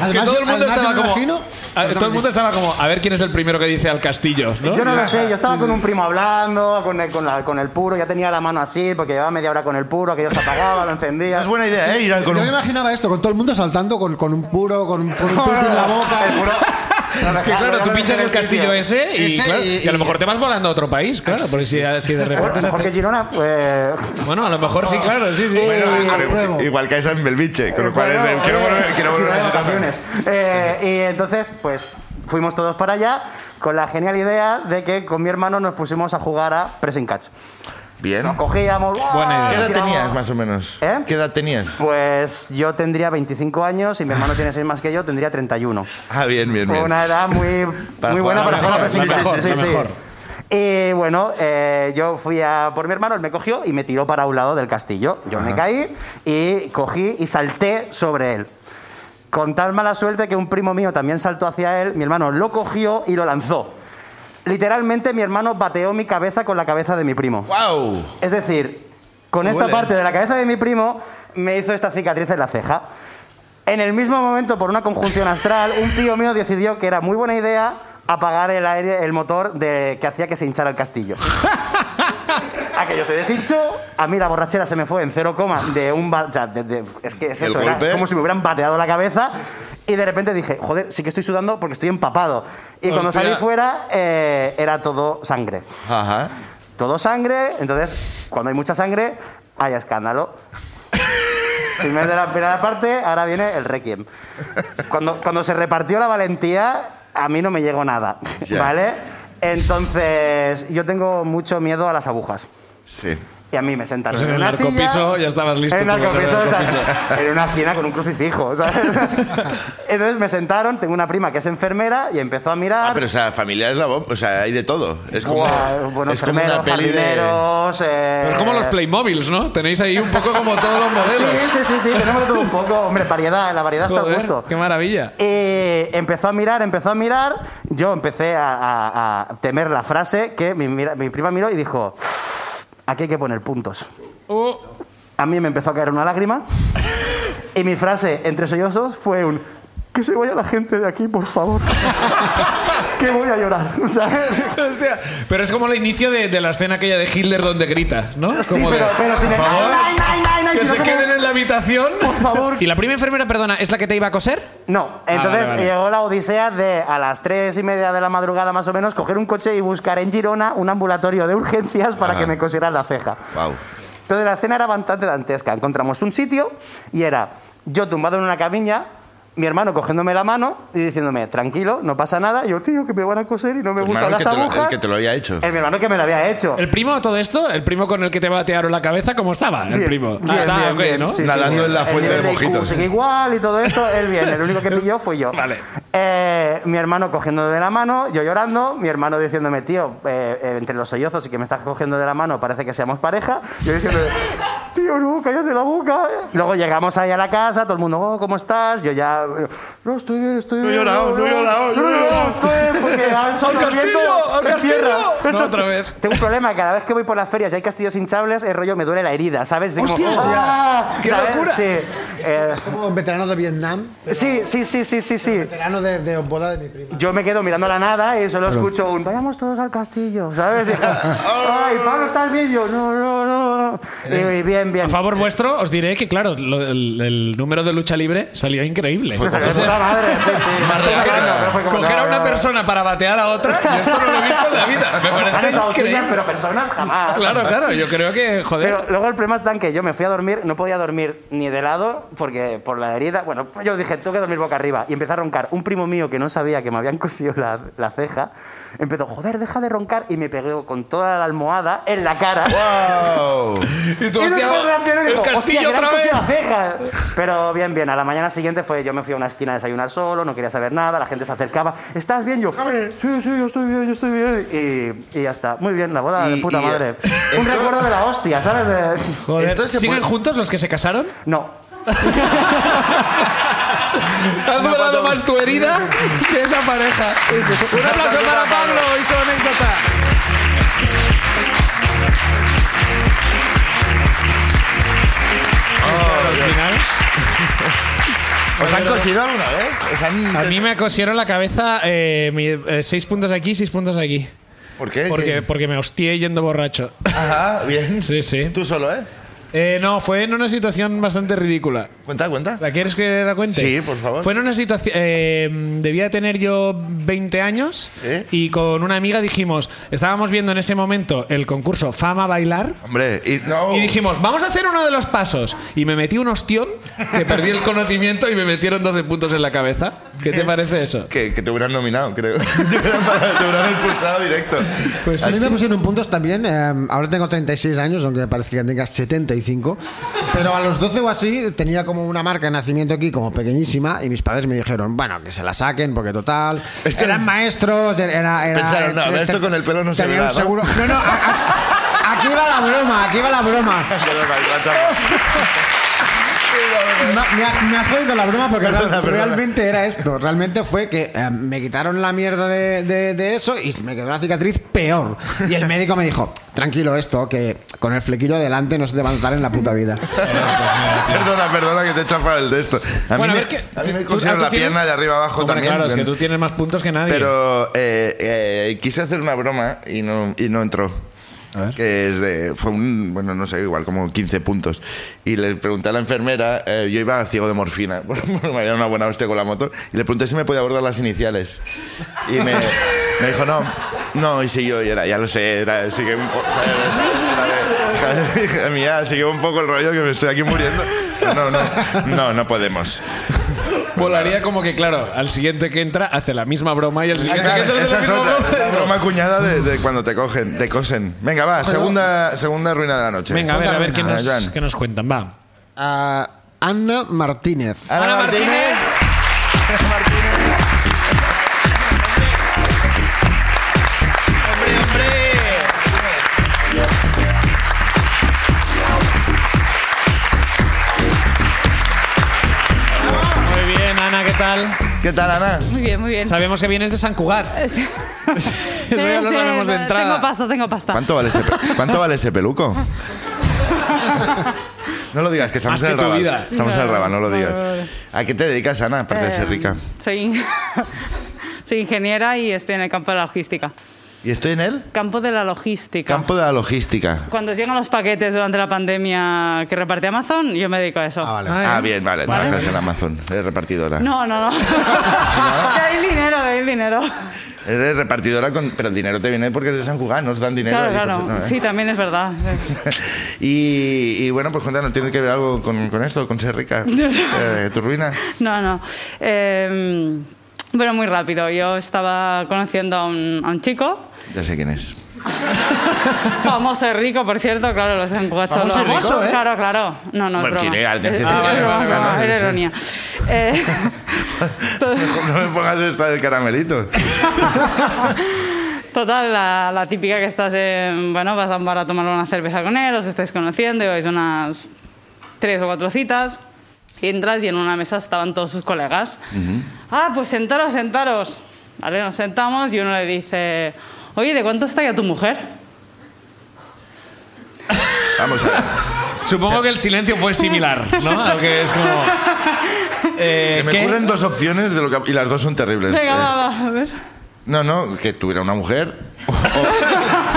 Además,
que todo el mundo
además,
estaba
yo me
como.
imagino-
a- todo el mundo estaba como, a ver quién es el primero que dice al castillo, ¿no?
Yo no lo sé, yo estaba con un primo hablando, con el, con, la- con el puro, ya tenía la mano así, porque llevaba media hora con el puro, aquello se apagaba, lo encendía.
Es buena idea, ¿eh? Ir al
Yo
con
me
un...
imaginaba esto, con todo el mundo saltando, con, con un puro, con, un- con un
No, no,
pito en la
no,
boca.
el puro- No, no,
Que
no,
claro,
no,
tú
no,
pinchas
no,
el
no, no,
castillo
no,
ese y,
Ese
claro,
y-
y a lo mejor te vas volando a otro país, claro, porque si, si de repente... se
Mejor que
hace-
Girona, eh,
Bueno, a lo mejor sí, claro, sí, sí.
Bueno,
Eh,
pero
apruebo.
igual caes en Belviche, con lo cual es
Bueno,
de, quiero
eh,
volver, quiero volver
de
a Girona.
vacaciones. Eh, y entonces, pues fuimos todos para allá con la genial idea de que con mi hermano nos pusimos a jugar a pressing catch.
Bien.
Nos cogíamos. ¡guau!
Buena idea.
¿Qué edad
Tiramos.
tenías, más o menos?
¿Eh?
¿Qué edad tenías?
Pues yo tendría 25 años y mi hermano tiene 6 más que yo, tendría 31.
Ah, bien, bien, bien.
Una edad muy,
Para
muy buena
jugar
para
a
jugar a
mejor,
pressing
la
catch.
mejor,
Sí,
la
sí.
mejor.
Y bueno, eh, yo fui a por mi hermano, él me cogió y me tiró para un lado del castillo. Yo me
Ajá.
caí y cogí y salté sobre él. Con tal mala suerte que un primo mío también saltó hacia él, mi hermano lo cogió y lo lanzó. Literalmente mi hermano bateó mi cabeza con la cabeza de mi primo.
¡Wow!
Es decir, con
Me
esta
duele.
parte de la cabeza de mi primo me hizo esta cicatriz en la ceja. En el mismo momento, por una conjunción astral, un tío mío decidió que era muy buena idea apagar el, aire, el motor de, que hacía que se hinchara el castillo. Aquello se deshinchó, a mí la borrachera se me fue en cero coma de un... ba- o sea, de- de- es que es
¿El
eso, era
golpe?
como si me hubieran bateado la cabeza y de repente dije, joder, sí que estoy sudando porque estoy empapado. Y cuando
Hostia.
salí fuera eh, era todo sangre
Ajá.
todo sangre, entonces cuando hay mucha sangre hay escándalo. Primer de la primera parte, ahora viene el requiem. Cuando, cuando se repartió la valentía, a mí no me llegó nada,
Ya.
¿vale? Entonces, yo tengo mucho miedo a las agujas.
Sí.
Y a mí me sentaron
Pues en el
una silla,
narcopiso ya estabas listo
En
tú
el
para hacer
narcopiso,
el
o sea,
narcopiso.
en una esquina con un crucifijo, ¿sabes? Entonces me sentaron, tengo una prima que es enfermera y empezó a mirar.
Ah, pero o sea, familia es la bomba. O sea, hay de todo. Es como,
Buah, bueno,
es como
enfermeros,
una peli de...
jardineros, eh,
Pero es como los Playmobiles, ¿no? Tenéis ahí un poco como todos los modelos.
Sí, sí, sí, sí, tenemos de todo un poco. Hombre, variedad, la variedad está al
Joder,
gusto.
qué maravilla.
Eh, empezó a mirar, empezó a mirar. Yo empecé a, a- a temer la frase que mi, mira- mi prima miró y dijo: Aquí hay que poner puntos.
Uh,
A mí me empezó a caer una lágrima. y mi frase, entre sollozos, fue un: Que se vaya la gente de aquí, por favor. que voy a llorar, ¿sabes?
hostia. Pero es como el inicio de, de la escena aquella de Hitler donde grita, ¿no? Como
Sí,
de,
pero, pero sin
"Por
el.
favor,
¡Ay, ay, ay, ay!
que
sino
se
como-
queden en la habitación.
Por favor.
¿Y la prima enfermera, perdona, es la que te iba a coser?
Ah,
No, entonces
vale, vale.
llegó la odisea de a las tres y media de la madrugada más o menos coger un coche y buscar en Girona un ambulatorio de urgencias para
Ah.
que me cosieran la ceja.
Wow.
Entonces la escena era bastante dantesca. Encontramos un sitio y era yo tumbado en una camilla, mi hermano cogiéndome la mano y diciéndome, tranquilo, no pasa nada. Y yo, tío, que me van a coser y no me gustan
Hermano,
las
Pues que te lo-
agujas.
el que te lo había hecho.
El mi hermano que me lo había hecho.
¿El primo a todo esto? ¿El primo con el que te batearon la cabeza? ¿Cómo estaba? El
Bien,
primo.
bien,
ah, estaba
bien,
ok,
bien.
¿no?
Sí, sí,
Nadando
sí.
en la
El
fuente de
nivel IQ
mojitos.
sigue igual y todo esto, él bien. El único que pilló fui yo.
Vale.
Eh, mi hermano cogiéndome de la mano, yo llorando, mi hermano diciéndome, tío, eh, eh, entre los sollozos y que me estás cogiendo de la mano, parece que seamos pareja. Yo diciéndole, tío, no, cállate la boca. Luego llegamos ahí a la casa, todo el mundo, "Oh, ¿cómo estás? Yo ya, no, estoy bien, estoy
he
bien.
llorado, no he llorado, no he llorado".
estoy porque han sonado
¡Al castillo,
viento,
al
me
castillo!
cierra.
No,
Esto-
otra vez.
tengo un problema, cada vez que voy por las ferias y hay castillos hinchables, el rollo me duele la herida, ¿sabes? De como,
¡Hostia!
¡ah!
¡Qué
¿sabes?
locura!
Sí. Eh,
Es como un veterano de Vietnam,
sí, sí, sí, sí, sí, sí.
veterano de, de boda de mi prima.
Yo me quedo mirando a la nada y solo escucho un vayamos todos al castillo, ¿sabes? Y, Ay, Pablo, ¿estás bien? Yo, no, no, no. no". Y, y bien, bien.
A favor vuestro, os diré que, claro, lo- el, el número de lucha libre salió increíble.
Me
O sea,
salió de puta madre, sí, sí.
más real que
Pero
nada.
fue como,
Coger
no,
a una
no, no.
persona para batear a otra, yo esto no lo he visto en la vida. Me
Han
parece
estado sillas,
increíble.
pero personas jamás.
Claro, claro, yo creo que, joder.
Pero luego el problema está en que yo me fui a dormir, no podía dormir ni de lado porque por la herida. Bueno, pues yo dije, tengo que dormir boca arriba. Y empecé a roncar. Un primo mío que no sabía que me habían cosido la, la ceja empezó, joder, deja de roncar. Y me pegó con toda la almohada en la cara.
¡Wow!
y
Y
tú,
no
hostia,
puedo reaccionar,
el
y digo, "Hostia, que
castillo
le han
otra vez.
cosido la ceja". Pero bien, bien. A la mañana siguiente fue, yo me fui a una esquina a desayunar solo, no quería saber nada, la gente se acercaba. ¿Estás bien? Yo, sí, sí, yo estoy bien, yo estoy bien. Y, y ya está. Muy bien, la boda de
Y-
puta
y,
madre.
eh,
Un
esto-
recuerdo de la hostia, ¿sabes? De-
Joder,
Esto se
¿Siguen
puede-
juntos los que se casaron?
No.
Has durado más tu herida que esa pareja. Un aplauso para Pablo y su anécdota. Claro, al final.
¿Os Pues han cosido alguna vez? ¿Os han-
A mí me cosieron la cabeza eh, mi- eh, seis puntos aquí, seis puntos aquí.
¿Por qué?
Porque,
¿Qué?
porque me hostié yendo borracho.
Ajá, bien.
Sí, sí.
Tú solo, ¿eh?
Eh, no, fue en una situación bastante ridícula.
Cuenta, cuenta.
¿La quieres que la cuente?
Sí, por favor.
Fue en una situación. eh, debía tener yo 20 años
Sí.
y con una amiga dijimos. Estábamos viendo en ese momento el concurso Fama Bailar.
Hombre, y no.
Y dijimos, vamos a hacer uno de los pasos. Y me metí un ostión, que perdí el conocimiento y me metieron 12 puntos en la cabeza. ¿Qué te parece eso?
Que, que te hubieran nominado, creo. te hubieran parado, te hubieran expulsado directo.
Pues
A mí
Así-
me pusieron puntos también. eh, ahora tengo 36 años, aunque me parece que tenga 75. Pero a los 12 o así tenía como una marca de nacimiento aquí, como pequeñísima, y mis padres me dijeron, bueno, que se la saquen, porque total.
Esto-
eran maestros, era. era-
Pensaron, no,
te-
esto
te-
con el pelo no se
tenían
verá, ¿no?
seguro- No, no, a- a- aquí va la broma, aquí va la broma. No, me, ha- me has jodido la broma porque
Perdona,
real-
perdona.
realmente era esto. Realmente fue que eh, me quitaron la mierda de, de- de eso y se me quedó la cicatriz peor. Y el médico me dijo, tranquilo esto, que con el flequillo adelante no se te va a notar en la puta vida.
Perdona, perdona que te he chafado el de esto. A mí
Bueno, a
me,
ver qué-
a mí me
¿tú- ah,
cosieron
tú
la
tienes?
pierna de arriba abajo
Hombre,
también.
Claro, es que
Bien.
tú tienes más puntos que nadie.
Pero eh, eh, quise hacer una broma y no, y no entró.
A ver.
Que es de, fue un, bueno, no sé, igual como 15 puntos. Y le pregunté a la enfermera, eh, yo iba ciego de morfina, porque me había dado una buena hostia con la moto, y le pregunté si me podía abordar las iniciales. Y me, me dijo, no, no, y siguió, y era, ya lo sé, era, sigue un poco, hija mía, sigue un poco el rollo que me estoy aquí muriendo. No, no, no, no podemos.
Volaría como que, claro, al siguiente que entra hace la misma broma y al siguiente que
Ah, Claro,
entra hace la
esa es
misma
otra.
broma.
La broma cuñada de, de cuando te cogen, te cosen. Venga, va, segunda, segunda ruina de la noche.
Venga, a ver, a ver qué
Venga,
nos,
Joan.
qué nos cuentan. Va.
Ah, Ana Martínez.
Ana Martínez.
¡Hombre, hombre! Muy bien, Ana, ¿qué tal?
¿Qué tal, Ana?
Muy bien, muy bien.
Sabemos que vienes de San Cugat.
Eso
Eso ya lo sabemos de entrada.
Tengo pasta, tengo pasta.
¿Cuánto vale ese, pe- ¿cuánto vale ese peluco? No lo digas, que estamos
Haz
en el
que tu
Raval.
vida.
Estamos en el Raval, no lo
Vale,
digas.
vale.
¿A qué te dedicas, Ana, aparte de ser
Eh,
rica?
Soy, soy ingeniera y estoy en el campo de la logística.
Y estoy en el
Campo de la logística.
campo de la logística.
Cuando llegan los paquetes durante la pandemia que reparte Amazon, yo me dedico a eso.
Ah, vale.
Ah, bien, vale, trabajas en Amazon. Eres repartidora.
No, no, no. De ahí el dinero, de ahí el dinero.
Eres repartidora, con- pero el dinero te viene porque eres de San Cugat, no os dan dinero.
claro,
ahí,
claro.
pues, no, ¿eh?
Sí, también es verdad.
y, y bueno, pues cuéntanos, ¿tiene que ver algo con, con esto, con ser rica? Eh, ¿Tu ruina?
No, no. Eh, bueno, muy rápido. Yo estaba conociendo a un, a un chico,
Ya sé quién es.
famoso y rico, por cierto, claro, los han guachado.
Famoso y rico, ¿eh?
Claro, claro. No, no, es
Bueno,
broma.
tiene arte,
Es-
tiene
ah,
arte,
es broma,
claro,
es broma,
claro,
era
sí.
ironía. Eh, entonces-
No me pongas esta del caramelito.
Total, la, la típica que estás en, bueno, vas a un bar a tomar una cerveza con él, os estáis conociendo, y vais unas tres o cuatro citas, y entras y en una mesa estaban todos sus colegas. Ah, pues sentaros, sentaros. Vale, nos sentamos y uno le dice, oye, ¿de cuánto está ya tu mujer?
Vamos a ver.
Supongo que el silencio fue similar, ¿no? Al que es como. eh,
Se me
¿qué?
ocurren dos opciones de lo que- y las dos son terribles.
Venga,
Eh,
va, va, a ver.
no, no, que tuviera una mujer.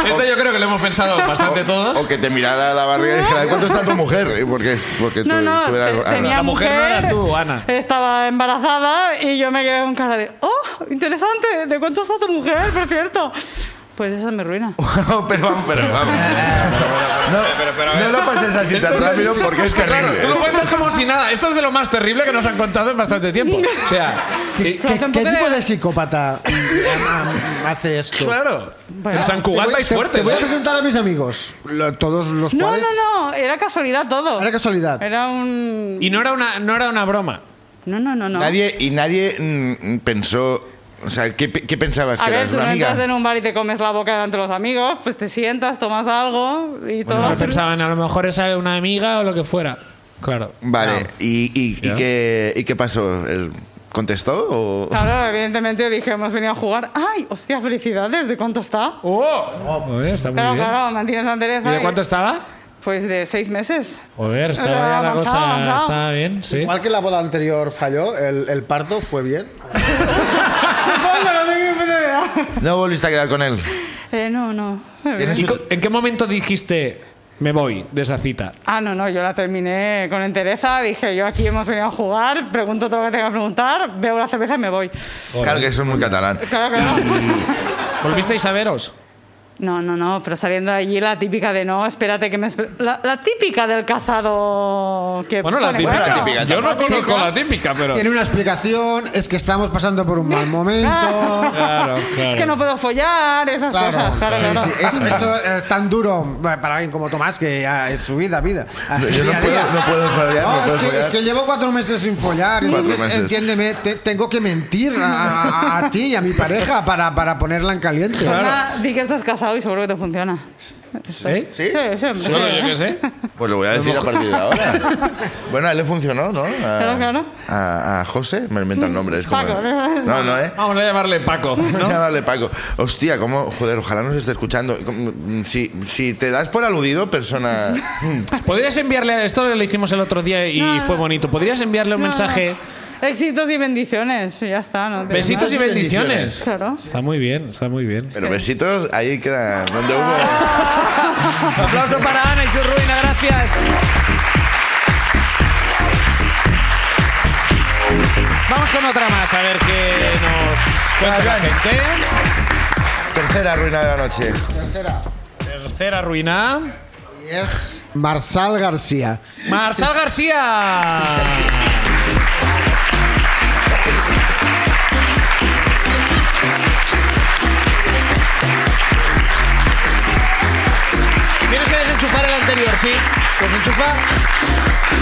Esto yo creo que lo hemos pensado bastante todos.
O que te mirara la barriga y dijera, ¿cuánto está tu mujer? Eh, Porque, porque tú
No, no,
estuvieras-
te-
ah,
tenía
La mujer no eras tú, Ana.
Estaba embarazada y yo me quedé con cara de, oh, interesante, ¿de cuánto está tu mujer, por cierto? Pues esa es mi ruina.
no. pero, vamos, pero vamos. No, no lo pases así tan rápido porque es
Claro, tú lo
terrible.
cuentas como si nada. Esto es de lo más terrible que nos han contado en bastante tiempo. O sea, y-
Pero tampoco era-
psicópata mm, hace esto?
claro.
Bueno.
en San Cugat
Te voy-
vais
te-
fuertes.
Te voy a
¿eh?
presentar a mis amigos, lo- todos los
No,
cuales...
no, no, era casualidad todo.
Era casualidad.
Era un...
Y no era una, no era una broma.
No, no, no, no.
Nadie, y nadie mm, pensó. O sea, ¿qué, pe- qué pensabas?
a
¿Que
ver,
eras
tú
una
no
amiga?
entras en un bar y te comes la boca delante de los amigos, pues te sientas, tomas algo y todo.
No, pensaban, a lo mejor es una amiga o lo que fuera. Claro.
Vale, ¿Y, y, y qué, ¿y qué pasó? ¿El- ¿Contestó? O...
Claro, evidentemente yo dije, hemos venido a jugar. ¡Ay, hostia, felicidades! ¿De cuánto está?
¡Oh! Joder, está muy
Claro,
bien.
claro, mantienes la entereza.
¿Y de cuánto estaba?
Pues de seis meses.
Joder, estaba
Pero
ya la
avanzado,
cosa.
avanzado.
Estaba bien, sí.
Igual que la boda anterior falló, el, el parto fue bien.
Supongo, no tengo ni puta idea.
No volviste a quedar con él.
Eh, no, no.
¿Tienes
¿Y
un-
co- ¿En qué momento dijiste me voy de esa cita?
Ah, no, no, yo la terminé con entereza. Dije, yo aquí hemos venido a jugar, pregunto todo lo que tenga que preguntar, veo la cerveza y me voy.
Claro que eso es muy catalán.
Claro, claro.
¿Volvisteis a veros?
No, no, no, pero saliendo de allí la típica de no, espérate que me... espe- La, la típica del casado que...
Bueno, la
pone
típica.
cuerno.
típica.
Yo no
La típica.
conozco la típica, pero.
Tiene una explicación, es que estamos pasando por un mal momento.
Claro, claro.
Es que no puedo follar, esas cosas. Claro,
sí,
claro. Pues
sí. Esto, esto es tan duro bueno, para alguien como Tomás que ya es su vida, vida.
Yo no
Día a
puedo-
día.
no puedo follar,
No,
no
es,
puedo
que,
follar.
es que llevo cuatro meses sin follar,
Cuatro
entonces
meses.
entiéndeme, te- tengo que mentir a, a- a ti y a mi pareja para, para ponerla en caliente.
Pues nada, di que estás casado y seguro que te funciona.
¿Sí?
¿Sí?
Sí, sí, hombre.
Bueno, yo qué sé.
Pues lo voy a decir a partir de ahora. Bueno, a él le funcionó, ¿no? A,
Claro, claro. Mm,
A, a José, me inventa el nombre. Es como,
Paco.
No, no, ¿eh?
Vamos a llamarle Paco. ¿no?
Vamos a llamarle Paco. Hostia, cómo, joder, ojalá nos esté escuchando. Mm, Si, si te das por aludido, persona...
Podrías enviarle. Esto lo hicimos el otro día y
No,
fue
no.
bonito. Podrías enviarle un
No,
mensaje.
no. Éxitos y bendiciones, ya está. ¿no?
Besitos y
Además,
bendiciones.
Claro.
Está muy bien, está muy bien.
Pero besitos, ahí queda. Donde hubo...
aplauso para Ana y su ruina, gracias. Vamos con otra más, a ver qué nos cuenta la
Venga.
gente.
Tercera ruina de la noche.
Tercera.
Tercera ruina.
Y es Marsal García.
Marsal García. Tienes que desenchufar el anterior, sí. Desenchufa.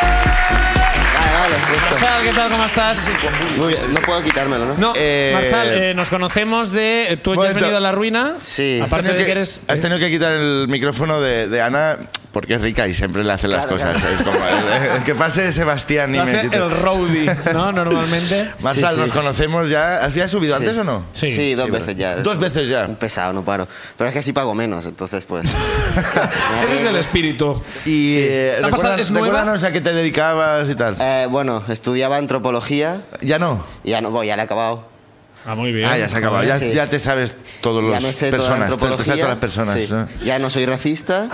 Vale, vale, listo.
Marsal, ¿qué tal? ¿Cómo estás?
Muy bien, no puedo quitármelo, ¿no?
No,
Eh,
Marsal, eh, nos conocemos de. Tú ya has
momento.
venido a la ruina.
Sí.
Has
Aparte
tenido
de que
que-
eres. eh,
Has tenido que quitar el micrófono de, de Ana porque es rica y siempre le hace las cosas. Es como, eh, que pase Sebastián y
lo hace
me quite.
el roadie, ¿no? Normalmente.
Marsal,
Sí, sí.
nos conocemos ya. ¿Has subido
Sí.
antes o no?
Sí, dos
Sí,
veces ya.
Dos veces ya.
Un pesado, no paro. Pero es que así pago menos, entonces pues...
Ese es el espíritu.
Y eh,
¿La pasada
recuerda-
es nueva?
recuérdanos a qué te dedicabas y tal.
Eh, bueno, estudiaba antropología
Ya no.
y ya no voy, ya la he acabado.
Ah, muy bien.
Ah, ya se ha acabado. Ya,
Sí.
ya te sabes todos
Ya
los
me sé toda la
personas. te- te,
antropología.
sabes todas las personas.
Sí.
¿no?
Ya no soy racista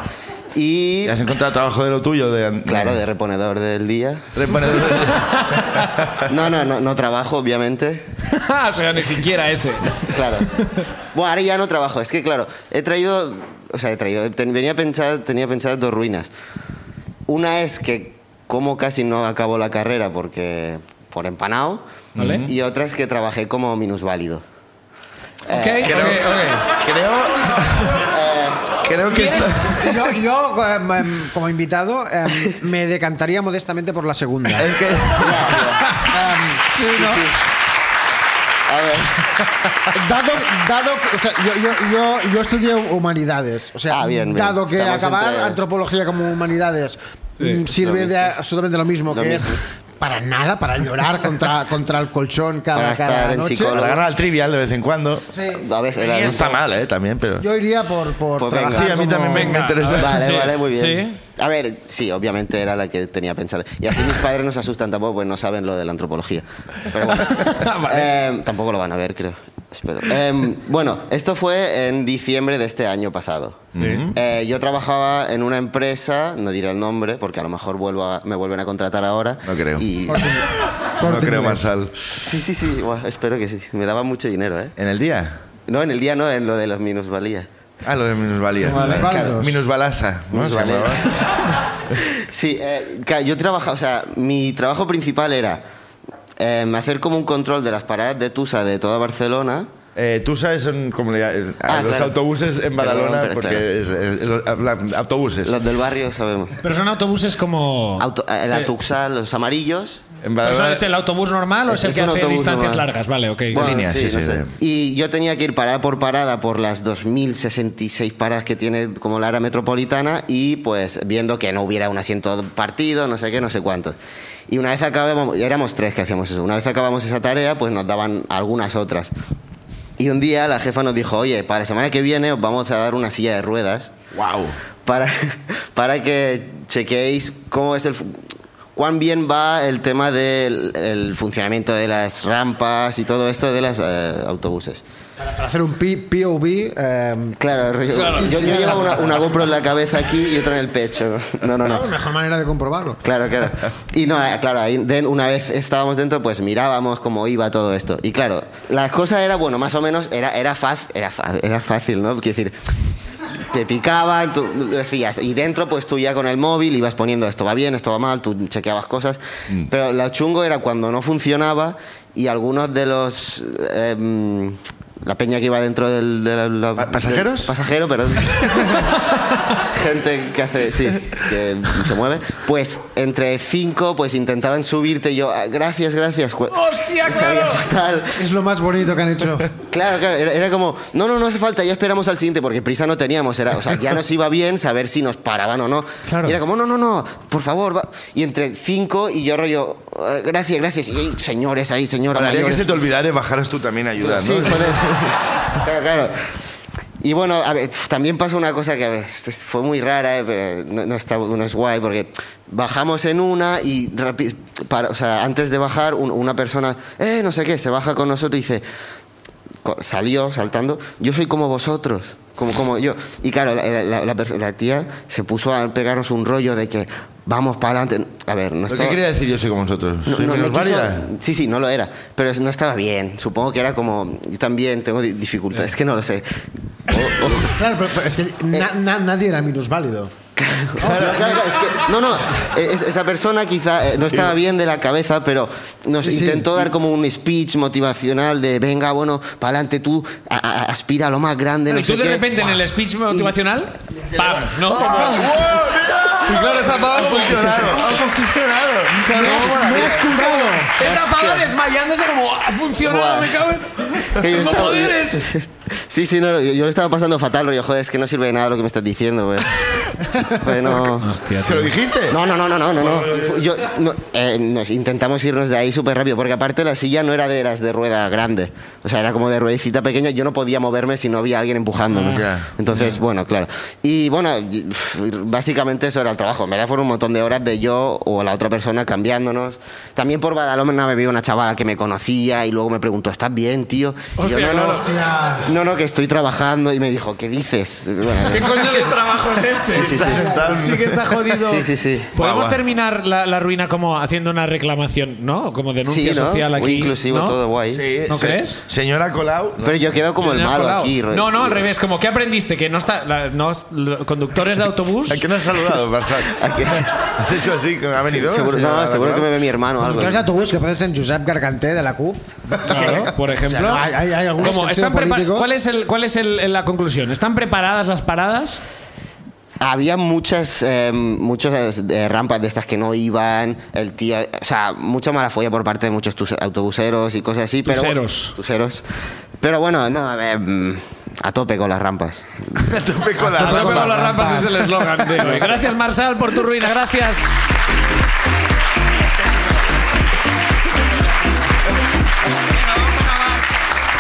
y...
Ya has encontrado trabajo de lo tuyo. De,
Claro, de reponedor del día.
Reponedor.
No, no, no, no trabajo, obviamente.
o sea, ni siquiera ese.
Eh, Claro. Bueno, ahora ya no trabajo. Es que, claro, he traído. O sea, he traído. ten- venía pensar, tenía pensadas dos ruinas. Una es que, como casi no acabo la carrera porque. por empanado.
Vale.
Y otra es que trabajé como minusválido.
Ok, ok, ok.
creo. creo que.
¿Quieres-
está-
Yo, yo, em, em, como invitado, em, me decantaría modestamente por la segunda.
es que-
A ver.
Dado, dado que, o sea, yo, yo, yo, yo estudié humanidades. O sea,
Ah, bien, bien.
dado que
Estamos
acabar
entre-
antropología como humanidades mm,
lo
sirve de
mismo.
absolutamente lo mismo,
Lo
que
mismo.
es para nada, para llorar contra, contra el colchón cada,
Para
cada
estar en
noche.
Para
psicólogo.
ganar al trivial de vez en cuando.
Sí.
A ver, era-
No está mal, ¿eh? También, pero.
Yo iría por, por
Pues venga.
trabajar
sí, a mí
como-
también me, me
Venga,
interesa.
a ver.
Vale,
Sí,
vale, muy bien.
sí.
A ver, sí, obviamente era la que tenía pensada. Y así mis padres no se asustan tampoco, pues no saben lo de la antropología. Pero bueno. Eh, tampoco lo van a ver, creo. Espero. Eh, bueno, esto fue en diciembre de este año pasado.
Mm.
Eh, yo trabajaba en una empresa, no diré el nombre, porque a lo mejor vuelvo a- me vuelven a contratar ahora.
No creo.
Y-
No creo, Marsal.
sí, sí, sí, buah, espero que sí. Me daba mucho dinero, ¿eh?
¿En el día?
No, en el día no, en lo de los minusvalías.
Ah, lo de minusvalía. Vale.
Minusválidos.
Minusbalasa. ¿no? Se
Minusvalía.
llamaba.
Sí, eh, ca- yo trabajaba, o sea, mi trabajo principal era eh, hacer como un control de las paradas de Tusa de toda Barcelona.
Eh, tú sabes en- como le- eh, a
Ah,
los
claro.
autobuses en
Perdón,
Badalona,
pero
porque
claro.
es- es- los, habla- autobuses.
Los del barrio sabemos.
Pero son autobuses como.
Auto- eh, la
Eh,
Tuxa, los amarillos.
en
¿Pero eso
Badalona,
es el autobús normal o es,
Es-
el
es
que
un
hace
autobús
distancias
normal.
largas? Vale, ok.
Bueno,
línea, sí,
no
sí,
sé.
de-
Y yo tenía que ir parada por parada por las 2066 paradas que tiene como la área metropolitana y pues viendo que no hubiera un asiento partido, no sé qué, no sé cuántos. Y una vez acabamos, éramos tres que hacíamos eso, una vez acabamos esa tarea pues nos daban algunas otras. Y un día la jefa nos dijo, oye, para la semana que viene os vamos a dar una silla de ruedas
¡Wow!
para, para que chequeéis cómo es el fu- cuán bien va el tema del el funcionamiento de las rampas y todo esto de los eh, autobuses.
Para, para hacer un P- POV. eh,
Claro, rollo- Yo, yo llevo una, una GoPro en la cabeza aquí y otra en el pecho. No, no, no.
claro, mejor manera de comprobarlo.
Claro, claro. Y no, eh, claro, ahí den- una vez estábamos dentro, pues mirábamos cómo iba todo esto. Y claro, la cosa era, bueno, más o menos, era, era, faz- era, fa- era fácil, ¿no? Quiero decir, te picaban, tú decías, y dentro, pues tú ya con el móvil ibas poniendo esto va bien, esto va mal, tú chequeabas cosas.
Mm.
Pero lo chungo era cuando no funcionaba y algunos de los. em, la peña que iba dentro del. de la- la-
¿Pa- pasajeros?
del- pasajero, perdón. gente que hace, sí, que se mueve, pues entre cinco, pues intentaban subirte y yo, ah, gracias, gracias. ¡Hostia, claro! fatal.
Es lo más bonito que han hecho.
Claro, claro, era, era como, no, no, no hace falta, ya esperamos al siguiente, porque prisa no teníamos, era, o sea, ya nos iba bien saber si nos paraban o no.
Claro.
Y era como, no, no, no, por favor, va". y entre cinco y yo rollo, "Ah, gracias, gracias, y "Ay, señores ahí, señora
Molaría que
mayores".
se te olvidara y bajaras tú también a ayudar,
Sí,
¿no?
joder. claro, claro. Y bueno, a ver, también pasó una cosa que a ver, este fue muy rara, eh, pero no, no está, no es guay, porque bajamos en una y rapi- para- o sea, antes de bajar, un- una persona, eh, no sé qué, se baja con nosotros y dice, co- salió saltando, yo soy como vosotros, como, como yo. Y claro, la, la- la pers- la tía se puso a pegarnos un rollo de que vamos para adelante. A ver, no
¿Pero
estaba-
¿Qué quería decir yo soy como vosotros?
Pues
¿Soy
me
menos
quiso-
válida?
Sí, sí, no lo era. Pero es- no estaba bien. Supongo que era como. Yo también tengo di- dificultades. Es que no lo sé. O- o-
Claro, pero, pero es que na- na- nadie era minusválido.
Claro, claro, es que- no, no. es- esa persona quizá eh, no estaba bien de la cabeza, pero nos
Sí.
intentó dar como un speech motivacional de: venga, bueno, para adelante tú, a- a- aspira a lo más grande.
Pero
no
y tú
sé
de
qué".
repente en
Ah.
el speech motivacional, ¡pam! ¿no? Como- Y claro, esa pava
Claro, ha funcionado.
Claro,
¡Me
eh,
has curado!
esa pava desmayándose como "Ah, ha funcionado,
Guau.
me caben.
Que yo
Tengo
estaba-
poderes.
Sí, sí, no, yo, yo lo estaba pasando fatal, rollo, joder, es que no sirve de nada lo que me estás diciendo, güey. Pues no.
¿Se lo dijiste?
No, no, no, no, no, no. no. Yo, no, eh, nos intentamos irnos de ahí súper rápido, porque aparte la silla no era de las de rueda grande. O sea, era como de ruedecita pequeña. Yo no podía moverme si no había alguien empujándome.
Ya.
Entonces, bueno, claro. Y bueno, y- básicamente eso era el trabajo. En verdad fueron un montón de horas de yo o la otra persona cambiándonos. También por Badalona me vio una chavala que me conocía y luego me preguntó, ¿estás bien, tío? Y yo,
Hostia,
no, no,
claro.
no, no, que estoy trabajando. Y me dijo, ¿qué dices? Bueno,
¿Qué coño de trabajo es este?
sí, sí.
Sí que está jodido.
Sí, sí, sí.
Podemos
Guau, guau.
terminar la, la ruina como haciendo una reclamación, ¿no? Como denuncia
Sí, ¿no?
social
Muy
aquí.
inclusivo,
¿no?
todo guay.
Sí,
¿No
se-
crees?
Señora Colau.
Pero yo quedo como el
Señora
malo
Colau.
aquí. rollo.
No, no, al revés. Como, ¿qué aprendiste? Que no está. la- no, los conductores de autobús.
¿A quién has saludado, Barzal?
Aquí.
¿Has hecho así? ¿Ha venido?
Seguro,
señora
no, seguro que me
Colau?
ve mi hermano o algo.
Entonces a tu bus que puedes en Josep Garganté de la CUP.
Claro, por ejemplo.
O sea, no, hay- hay- hay algunos que han sido
están prepa-
políticos.
¿Cuál es, el, cuál es el- la conclusión? ¿Están preparadas las paradas?
Había muchas, eh, muchas eh, rampas de estas que no iban, el tío, o sea, mucha mala folla por parte de muchos tus- autobuseros y cosas así. Pero,
Tuseros.
tuseros. Pero bueno, no, a ver, mm, a tope con las rampas.
A tope con la
A tope
ropa.
con Ah, las rampas es el eslogan de
Pues.
hoy. Gracias, Marsal, por tu ruina. Gracias.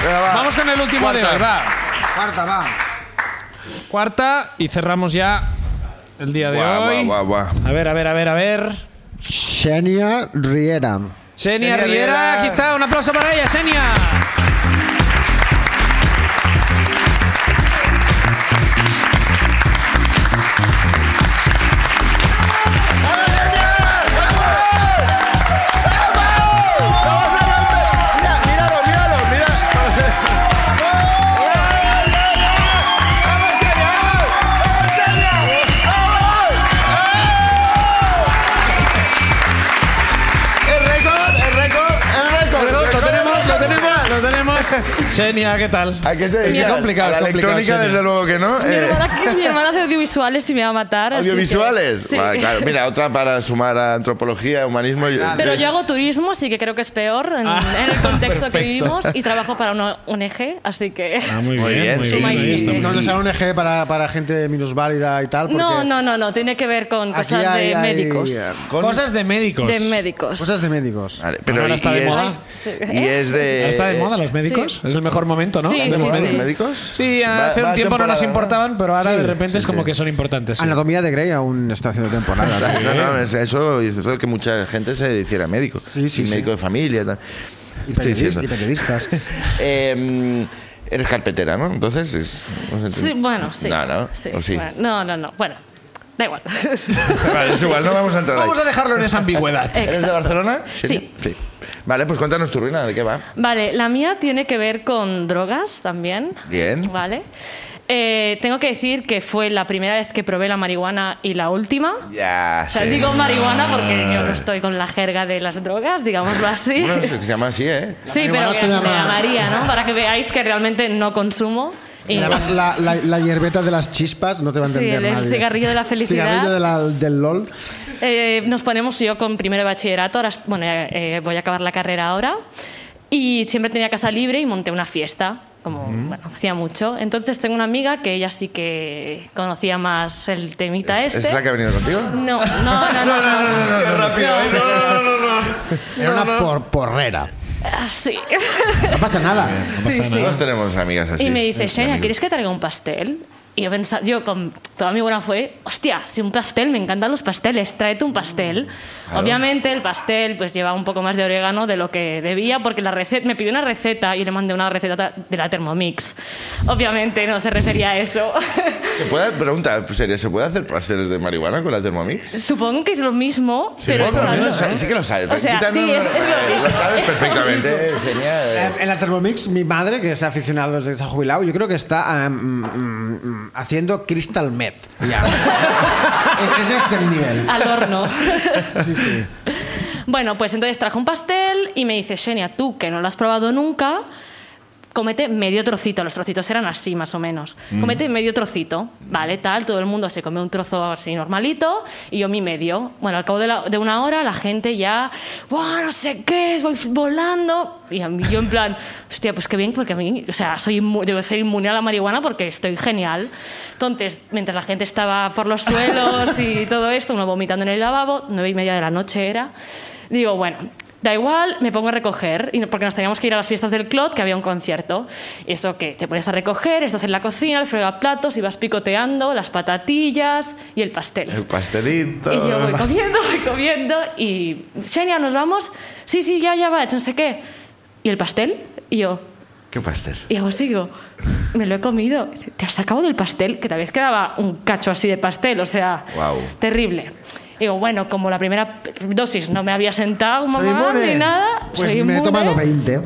Venga, va.
Vamos con el último de hoy. Va.
Marta, va.
Cuarta y cerramos ya el día de
Guau,
hoy.
guau, guau, guau.
A ver, a ver, a ver, a ver.
Xenia Riera.
Xenia
Xenia
Riera,
Riera.
aquí está. Un aplauso para ella, Xenia.
Mira, míralo, míralo, mira. ¡Vamos, Xenia! ¡Vamos, Xenia! ¡Vamos! ¡Eh! El récord, el récord, el récord.
Lo
El récord,
tenemos,
el
lo
récord.
tenemos, lo tenemos. Xenia, ¿qué tal?
¿A qué te
Es que
dedicas?
es complicado,
A la
es complicado,
electrónica,
Xenia.
desde luego que no.
Mi
Eh,
hermana, mi hermana hace audiovisuales y me va a matar. así que-
¿Audiovisuales?
Sí.
Vale, claro. Mira, otra para sumar a antropología, humanismo. y-
Pero yo hago turismo, así que creo que es peor en,
Ah,
en el contexto
perfecto.
que vivimos y trabajo para una ONG, así que...
muy,
Muy bien, sí.
ahí
Sí.
está, muy
No,
bien.
no sea un eje para, para gente minusválida y tal. Porque
No, no, no, no, tiene que ver con
aquí
cosas
hay-
de
hay,
médicos.
eh,
Cosas de médicos.
De médicos.
Cosas de médicos.
Vale, pues pero
Ahora
y-
está
y
de
es-
moda.
Sí.
Y es de.
¿Ahora ¿Está de moda los médicos? Es el mejor momento, ¿no?
Sí,
De
sí,
¿De
los
moda los
sí.
médicos?
Sí,
Va-
hace
va
un tiempo no nos
temporada,
importaban, pero ahora de repente es
sí,
como
sí.
que son importantes. sí.
Anatomía de Grey aún está haciendo temporada.
No,
¿sí?
no, es- eso hizo que mucha gente se hiciera médico.
Sí, sí,
Y
sí.
médico de familia. tal.
Y
Estoy
periodis-
diciendo.
y periodistas.
Eh, Eres carpetera, ¿no? Entonces. es- no sé,
Sí, bueno, sí.
No, no. ¿O sí?
bueno, no, no, no. Bueno, da igual.
Vale, es igual, no vamos a entrar
Vamos
ahí.
a dejarlo en esa ambigüedad.
Eh,
¿Eres de
Exacto.
Barcelona?
Sí.
Vale, pues cuéntanos tu ruina, ¿de qué va?
Vale, la mía tiene que ver con drogas también.
Bien.
Vale. Eh, tengo que decir que fue la primera vez que probé la marihuana y la última.
Ya,
O sea,
sí.
digo marihuana porque yo no estoy con la jerga de las drogas, digámoslo así.
Bueno, se se llama así, ¿eh?
sí, pero
marihuana
me,
se llama-
me llamaría, ¿no? Para que veáis que realmente no consumo. Y
Además, la, la, la hierbeta de las chispas no te va a
Sí,
entender
el- el
nadie.
cigarrillo de la felicidad.
Cigarrillo de la- del LOL.
Eh, nos ponemos yo con primero de bachillerato, ahora est- bueno, ya, eh, voy a acabar la carrera ahora, y siempre tenía casa libre y monté una fiesta, como bueno, hacía mucho. Entonces tengo una amiga que ella sí que conocía más el temita
¿Es,
este.
es la que ha venido contigo?
No, no, no, no. no,
Era una por- porrera.
Ah, sí.
No pasa nada.
sí, sí.
Todos tenemos amigas así.
Y me dice, Xenia,
Amigos.
¿quieres que traiga un pastel? Y yo pensaba, yo con toda mi buena fue, hostia, si un pastel, me encantan los pasteles, tráete un pastel. Obviamente el pastel pues lleva un poco más de orégano de lo que debía porque la receta, me pidió una receta y le mandé una receta de la Thermomix. Obviamente no se refería a eso.
¿Se puede, pregunta seria, ¿se puede hacer pasteles de marihuana con la Thermomix?
Supongo que es lo mismo, pero
Bueno,
echado-
lo sabes, sí que lo sabes.
O sea,
Quita-
sí,
no, no,
es-
no,
es lo
eh,
mismo.
sabes
Es lo
perfectamente, genial.
Eh, En la Thermomix, mi madre, que es aficionado desde que se ha jubilado, yo creo que está ah, mm, mm, mm, haciendo crystal meth. Ya. es, es este el nivel.
al horno.
Sí, sí.
Bueno, pues entonces trajo un pastel y me dice, Xenia, tú que no lo has probado nunca, comete medio trocito. Los trocitos eran así, más o menos. Comete medio trocito, ¿vale? Tal, todo el mundo se come un trozo así normalito y yo mi medio. Bueno, al cabo de, la- de una hora la gente ya, ¡buah, no sé qué! es, Voy volando. Y a mí, yo en plan, hostia, pues qué bien, porque a mí, o sea, soy inmu- debo ser inmune a la marihuana porque estoy genial. Entonces, mientras la gente estaba por los suelos y todo esto, uno vomitando en el lavabo, nueve y media de la noche era, digo, bueno, Da igual, me pongo a recoger, y no- porque nos teníamos que ir a las fiestas del Clot, que había un concierto. Y Eso que te pones a recoger, estás en la cocina, el fregaplatos, y vas picoteando las patatillas y el pastel.
El pastelito.
Y yo voy comiendo, voy comiendo y... Xenia, ¿nos vamos? Sí, sí, ya, ya va, no sé qué. ¿Y el pastel? Y yo...
¿Qué pastel?
Y hago sigo. Me lo he comido. Dice, Te has sacado del pastel, que tal vez quedaba un cacho así de pastel, o sea,
Guau.
terrible. Y digo, bueno, como la primera dosis no me había sentado mamá
inmune.
ni nada,
Pues
soy
me he
inmune.
tomado 20.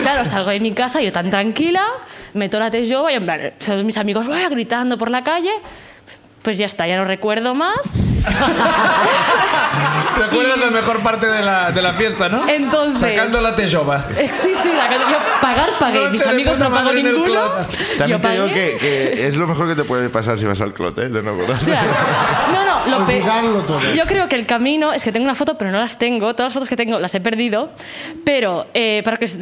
Claro, salgo de mi casa, yo tan tranquila, meto la tesyoba y en plan, son mis amigos "Buah", gritando por la calle. Pues ya está, ya no recuerdo más.
Recuerdas la mejor parte de la, de la fiesta, ¿no?
Entonces-
Sacando la tejoba.
Eh, Sí, sí, la calle- yo pagar pagué,
Noche
mis
de
amigos
puta
no pago
madre en el
ninguno.
club.
También
yo
te digo
pagué.
que, que es lo mejor que te puede pasar si vas al clot, ¿eh? De no acordarte.
Claro. No, no, lo pe-
Olvidarlo todo.
Yo creo que el camino es que tengo una foto, pero no las tengo. Todas las fotos que tengo las he perdido. Pero eh, para que os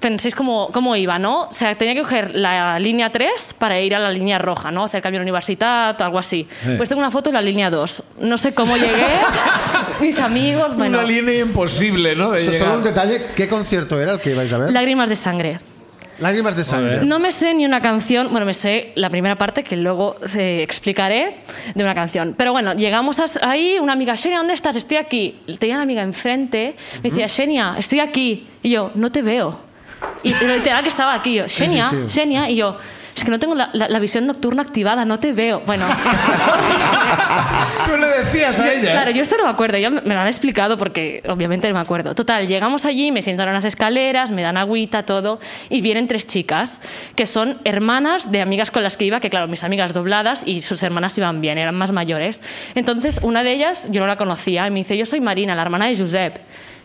penséis cómo, cómo iba, ¿no? O sea, tenía que coger la línea 3 para ir a la línea roja, ¿no? Hacer cambio de universidad, algo así. Pues tengo una foto en la línea 2. No sé cómo llegué. Mis amigos, bueno.
Una línea imposible, ¿no? De
So-
llegar.
Solo un detalle, ¿qué concierto era el que ibais a ver?
Lágrimas de sangre.
Lágrimas de sangre.
No me sé ni una canción, bueno, me sé la primera parte que luego eh, explicaré de una canción. Pero bueno, llegamos as- ahí, una amiga, Xenia, ¿dónde estás? Estoy aquí. Tenía una amiga enfrente, me decía, Xenia, estoy aquí. Y yo, no te veo. Y pero literal que estaba aquí, yo, Xenia,
sí.
Xenia, y yo, es que no tengo la, la- la visión nocturna activada, no te veo. Bueno,
Tú le decías a ella. ¿eh?
Claro, yo esto no me acuerdo, yo me me lo han explicado porque obviamente no me acuerdo. Total, llegamos allí, me sientan en las escaleras, me dan agüita, todo, y vienen tres chicas que son hermanas de amigas con las que iba, que claro, mis amigas dobladas y sus hermanas iban bien, eran más mayores. Entonces, una de ellas yo no la conocía y me dice, yo soy Marina, la hermana de Josep.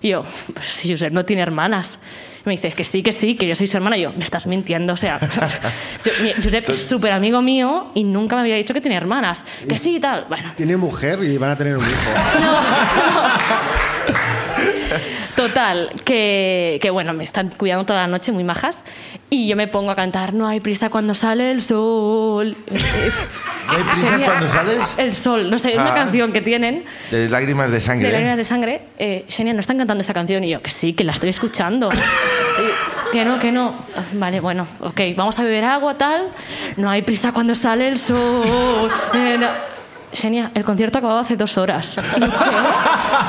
Y yo, pues si Josep no tiene hermanas. Y me dice, que sí, que sí, que yo soy su hermana. Y yo, me estás mintiendo, o sea, yo, mi- Josep es súper amigo mío y nunca me había dicho que tiene hermanas. Que sí y tal. Bueno,
Tiene mujer y van a tener un hijo.
no, no. Total, que, que bueno, me están cuidando toda la noche, muy majas, y yo me pongo a cantar, no hay prisa cuando sale el sol.
¿No hay prisa
Sería-
cuando sales?
El sol, no sé, es
Ah.
una canción que tienen
De lágrimas de sangre.
Eh, de Lágrimas
¿eh?
de Sangre. Eh, Xenia, ¿no están cantando esa canción? Y yo, que sí, que la estoy escuchando. Y, que no, que no. Vale, bueno, ok, vamos a beber agua, tal. No hay prisa cuando sale el sol. Eh, no. Xenia, el concierto acababa hace dos horas. Y yo, ¿qué?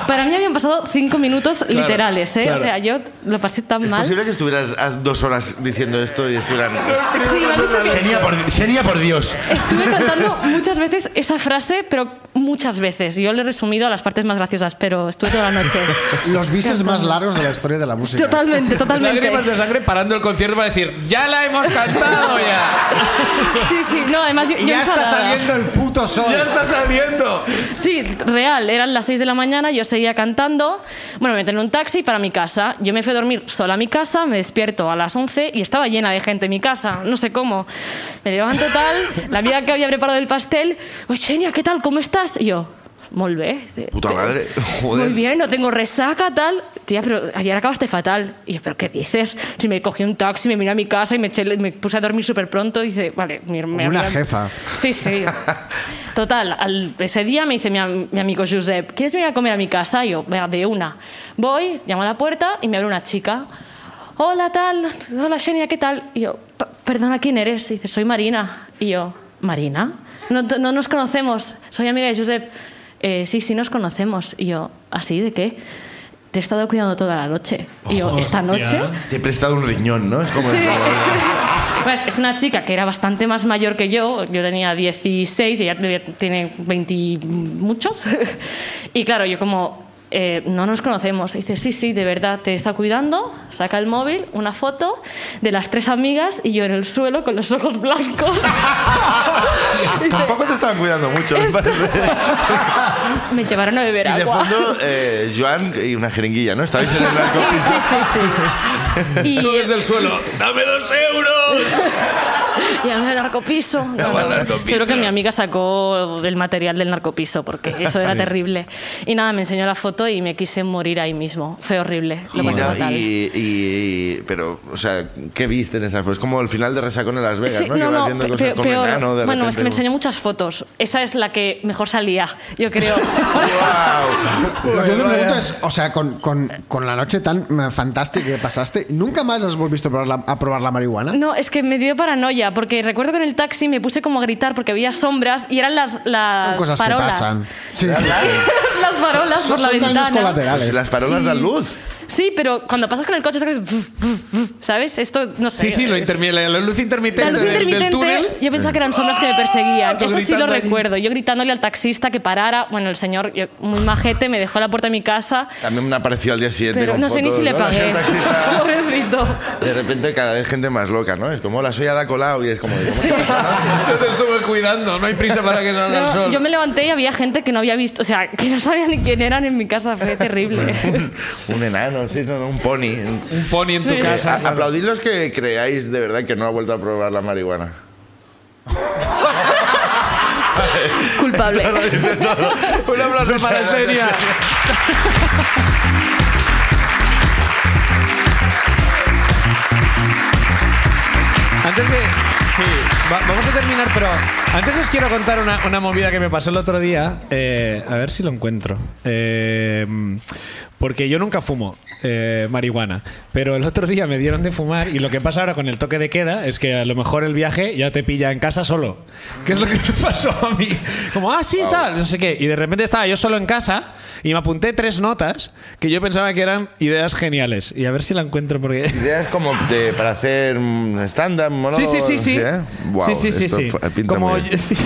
Para mí habían pasado cinco minutos
Claro,
literales, ¿eh?
claro.
O sea, yo lo pasé tan
¿Es
mal.
posible que estuvieras a dos horas diciendo esto y estuvieran...
Sí, me han dicho que-
Sería por, Xenia, por Dios.
Estuve cantando muchas veces esa frase, pero muchas veces. Yo le he resumido a las partes más graciosas, pero estuve toda la noche.
Los bises más largos de la historia de la música.
Totalmente, totalmente.
Lágrimas de sangre parando el concierto para decir, ya la hemos cantado ya.
Sí, sí, no, además yo,
Y
yo
ya está
enfadada.
saliendo el puto sol.
ya está saliendo.
Sí, real, eran las 6 de la mañana, yo seguía cantando. Bueno, me metí en un taxi para mi casa. Yo me fui a dormir sola a mi casa, me despierto a las 11 y estaba llena de gente en mi casa, no sé cómo. Me levanto tal, la amiga que había preparado el pastel, oye, Xenia, ¿qué tal? ¿Cómo estás? Y yo, muy bien.
Puta madre, joder.
Muy bien, no tengo resaca, tal. Tía, pero ayer acabaste fatal. Y yo, ¿pero qué dices? Si me cogí un taxi, me vine a mi casa y me, eché- me puse a dormir súper pronto. Y dice, vale, mi, mi
Como una
amiga-
jefa.
Sí, sí. Total, al- ese día me dice mi, am- mi amigo Josep, ¿quieres venir a comer a mi casa? Y yo, venga, de una. Voy, llamo a la puerta y me abre una chica. Hola, tal. Hola, Xenia, ¿qué tal? Y yo, "P- perdona, ¿quién eres? Y dice, soy Marina. Y yo, ¿Marina? No, t- no nos conocemos. Soy amiga de Josep. "Eh, sí, sí, nos conocemos. Y yo, ¿así? ¿De qué? Te he estado cuidando toda la noche. Y yo, ¿esta
Hostia.
noche?
Te he prestado un riñón, ¿no? Es como...
Sí. Pues, es una chica que era bastante más mayor que yo. Yo tenía 16 y ella debía- tiene 20 y muchos. Y claro, yo como... eh, no nos conocemos. Y dice, sí, sí, de verdad, te está cuidando. Saca el móvil, una foto de las tres amigas y yo en el suelo con los ojos blancos.
Tampoco te estaban cuidando mucho, me parece.
Me llevaron a beber
Y de
agua.
fondo, eh, Joan y una jeringuilla, ¿no? Estabais en el
Sí,
blanco.
sí, sí, sí. Y,
Tú desde el suelo, dame dos euros.
y además el narcopiso. No,
Agua
no.
al narcopiso.
Seguro que mi amiga sacó el material del narcopiso porque eso era terrible. Y nada, me enseñó la foto y me quise morir ahí mismo. Fue horrible. Lo
Y
pasé
no-
fatal.
y- y- pero, o sea, ¿qué viste en esa foto? Es como el final de Resacón en Las Vegas,
Sí,
¿no? Que va haciendo
pe-
cosas con enano, de
bueno, es que
repente,
me enseñó muchas fotos. Esa es la que mejor salía, yo creo.
¡Guau!
Lo que yo me pregunto es, o sea, con, con- con la noche tan eh, fantástica que pasaste, ¿nunca más has vuelto a probar la, a probar la marihuana?
No, es que me dio paranoia, porque recuerdo que en el taxi me puse como a gritar porque había sombras y eran las, las
Son cosas
farolas.
que pasan. Sí.
las farolas
Son-
por la
son daños
ventana.
colaterales.
Pues las farolas dan luz.
Sí, pero cuando pasas con el coche, sacas- ¿sabes? Esto, no
Sí,
sé.
sí,
Eh,
lo intermi- la, la luz intermitente,
La luz
del- del túnel.
intermitente, yo pensaba que eran sombras que me perseguían.
Tú
Eso sí lo
gritando allí.
recuerdo. Yo gritándole al taxista que parara. Bueno, el señor, yo- muy majete, me dejó a la puerta de mi casa.
También me apareció al día siguiente.
Pero
con
no sé ni
fotos,
si le
¿no?
pagué.
La taxista-
Pobrecito.
De repente cada vez gente más loca, ¿no? Es como, hola, soy Ada Colau y es como... ¿cómo
Sí.
Yo te estuve cuidando, no hay prisa para que salga el
No,
sol.
yo me levanté y había gente que no había visto, o sea, que no sabía ni quién eran en mi casa. Fue terrible.
Un enano, sí, no, no, un pony. Un-
Un pony en tu
Sí.
Eh,
casa.
a- aplaudid los que creáis de verdad que no ha vuelto a probar la marihuana.
Culpable.
Un aplauso para Xenia.
Antes de. Sí, va- vamos a terminar, pero antes os quiero contar una, una movida que me pasó el otro día. Eh, a ver si lo encuentro. Eh, porque yo nunca fumo eh, marihuana, pero el otro día me dieron de fumar y lo que pasa ahora con el toque de queda es que a lo mejor el viaje ya te pilla en casa solo. ¿Qué es lo que me pasó a mí? Como, ah, sí, tal, no sé qué. Y de repente estaba yo solo en casa y me apunté tres notas que yo pensaba que eran ideas geniales. Y a ver si la encuentro porque...
Ideas como de- para hacer mm, stand-up,
Sí,
monólogo...
sí, sí, sí.
¿eh? Guau,
sí, sí, sí,
esto
sí.
fa- pinta
Como
muy bien.
yo- sí.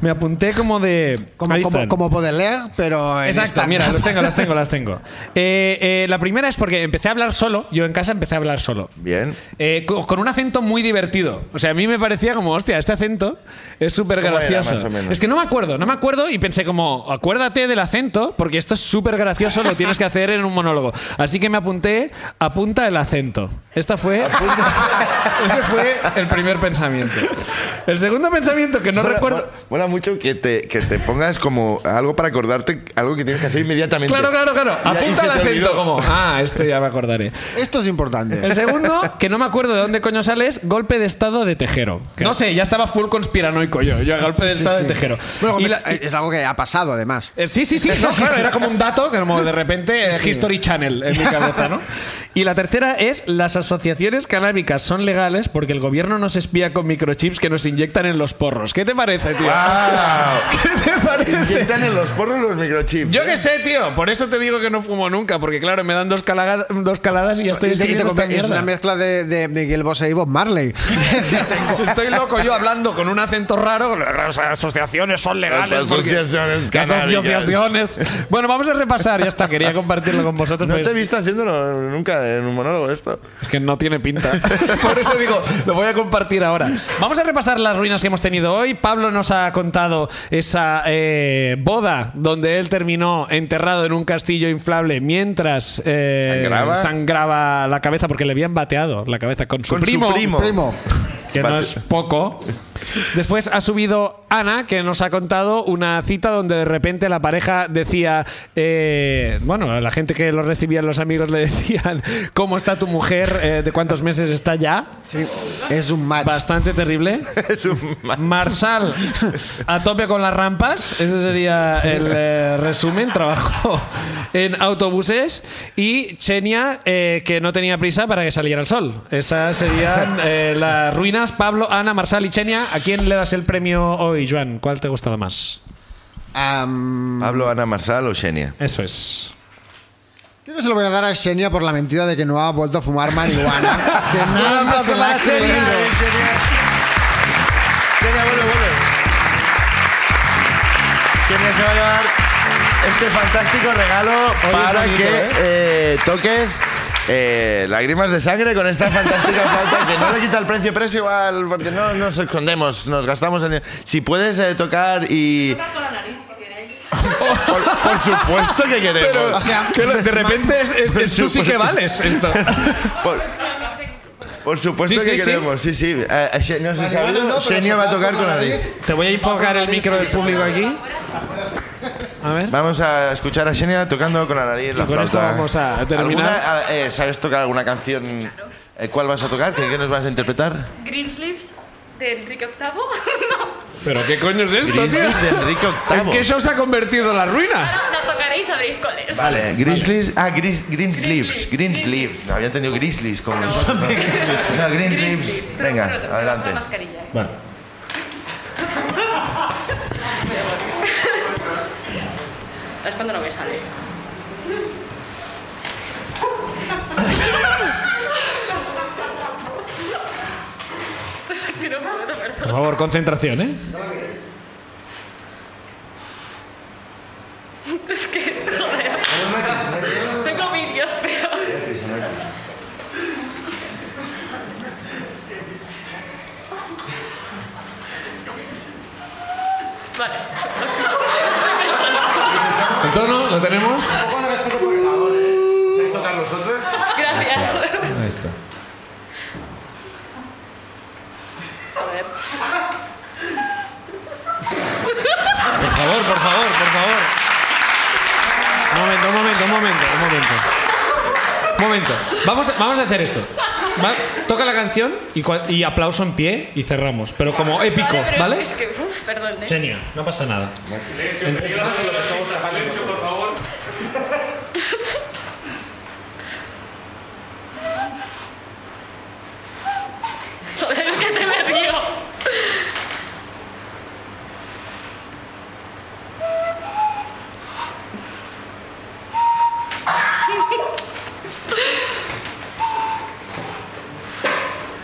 Me apunté como de.
Como,
Ahí
como,
están.
como Baudelaire, pero... en
Exacto,
esta-
mira, las tengo, las tengo, las tengo. Eh, eh, la primera es porque empecé a hablar solo. Yo en casa empecé a hablar solo.
Bien.
Eh, co- con un acento muy divertido. O sea, a mí me parecía como, hostia, este acento es súper
¿Cómo era,
gracioso.
más o menos?
Es que no me acuerdo, no me acuerdo y pensé como, acuérdate del acento, porque esto es súper gracioso, lo tienes que hacer en un monólogo. Así que me apunté, apunta el acento. Esta fue... ese fue el primer pensamiento. El segundo pensamiento que no
Mola-
recuerdo...
mola- Mola mucho que te, que te pongas como algo para acordarte, algo que tienes que hacer inmediatamente.
Claro, claro, claro.
Y ahí
Apunta
se
el
te
acento
olvidó.
como... Ah, este ya me acordaré.
Esto es importante.
El segundo, que no me acuerdo de dónde coño sales, golpe de estado de Tejero. No sé, ya estaba full conspiranoico yo. Yo, golpe de estado de Tejero.
Bueno, eh,
Y la-
es algo que ha pasado, además.
Eh, Sí, sí, sí, no, claro, era como un dato, que como de repente eh, History Channel en mi cabeza, ¿no? Y la tercera es, las asociaciones canábicas son legales porque el gobierno nos espía con microchips que nos inyectan en los porros. ¿Qué te parece, tío?
¡Wow!
¿Qué te parece?
Inyectan en los porros los microchips. ¿eh?
Yo qué sé, tío. Por eso te digo que no fumo nunca, porque claro, me dan dos, calaga- dos caladas y ya estoy
Y te- y te
escribiendo esta
convierte- es
mierda.
una mezcla de, de Miguel Bosé y Bob Marley.
Estoy loco yo hablando con un acento raro. Las asociaciones son legales.
Las
porque-
asociaciones
Las
canábicas.
asociaciones. Bueno, vamos a repasar. Ya está, quería compartirlo con vosotros.
No
pues-
te he visto haciéndolo nunca en un monólogo esto.
Es que no tiene pinta. Por eso digo, lo voy a compartir ahora. Vamos a repasar las ruinas que hemos tenido hoy. Pablo nos ha contado esa eh, boda donde él terminó enterrado en un castillo inflable mientras eh,
Sangraba.
sangraba la cabeza porque le habían bateado la cabeza con su
Con su
primo.
primo.
Primo.
Que no
Bate-
es poco. Después ha subido Ana, que nos ha contado una cita donde de repente la pareja decía, eh, bueno, a la gente que lo recibían los amigos le decían, ¿cómo está tu mujer? Eh, ¿De cuántos meses está ya?
Sí, es un match.
Bastante terrible.
Es un ma-
Marsal, a tope con las rampas. Ese sería el eh, resumen. Trabajó en autobuses. Y Chenia, eh, que no tenía prisa para que saliera el sol. Esas serían eh, las ruinas. Pablo, Ana, Marsal y Chenia. ¿A quién le das el premio hoy, Joan? ¿Cuál te ha gustado más?
Am,
Pablo, Ana Marsal o Xenia.
Eso es.
creo que se lo voy a dar a Xenia por la mentira de que no ha vuelto a fumar marihuana. que nadie se la ha creído.
Xenia, vuelve, vuelve. Xenia se va a llevar este fantástico regalo para
bonito,
que
¿eh?
eh, toques. eh, lágrimas de sangre con esta fantástica flauta que no le quita el precio, pero es igual, porque no nos escondemos, nos gastamos en. Si puedes eh, tocar y. Por, por supuesto que queremos.
Pero, que lo- de repente es, es- es tú sí que vales esto.
Por, por supuesto
Sí, sí,
que
sí.
queremos, sí, sí. Eh, eh, Xenia, no se sabe,
no, pero
Xenia
se
va a tocar con la nariz.
Te voy a enfocar el micro del público aquí. A ver.
Vamos a escuchar a Xenia tocando con la nariz la
con
flauta.
esto vamos a terminar.
¿Alguna, a- eh, ¿Sabes tocar alguna canción? Eh, ¿Cuál vas a tocar? ¿Qué, qué nos vas a interpretar?
Greensleeves de Enrique VIII.
¿Pero qué coño es esto, tío?
Grizzlies de Enrique
¿En qué
VIII.
show se ha convertido la ruina?
La tocaréis y sabréis cuál es.
Vale, Grizzlies. Ah, Gris, Greensleeves. Greensleeves. Había entendido Grizzlies como nosotros. No, Greensleeves. Venga, adelante.
¿eh? Es cuando no me sale.
Por favor, concentración, ¿eh?
Es que, joder. Tengo vídeos, pero. Vale.
El tono lo tenemos.
Gracias.
Ahí está.
Joder.
Por favor, por favor, por favor. Un momento, un momento, un momento, un momento. Un momento. Vamos a, vamos a hacer esto. Va, toca la canción y, cua- y aplauso en pie y cerramos. Pero como épico,
pero
¿vale?
Es que, uff, perdón. ¿eh?
Genial, no pasa nada.
Joder, es que te me río.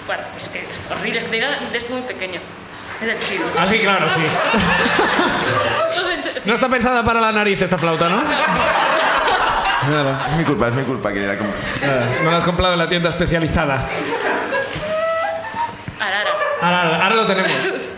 Bueno, es que es horrible, es que era un texto muy pequeño. Es el chido.
Así, claro, Ah, sí. No está pensada para la nariz esta flauta, ¿no? Claro.
Es mi culpa, es mi culpa que era como.
No la has comprado en la tienda especializada.
Arara.
Ahora, ahora lo tenemos.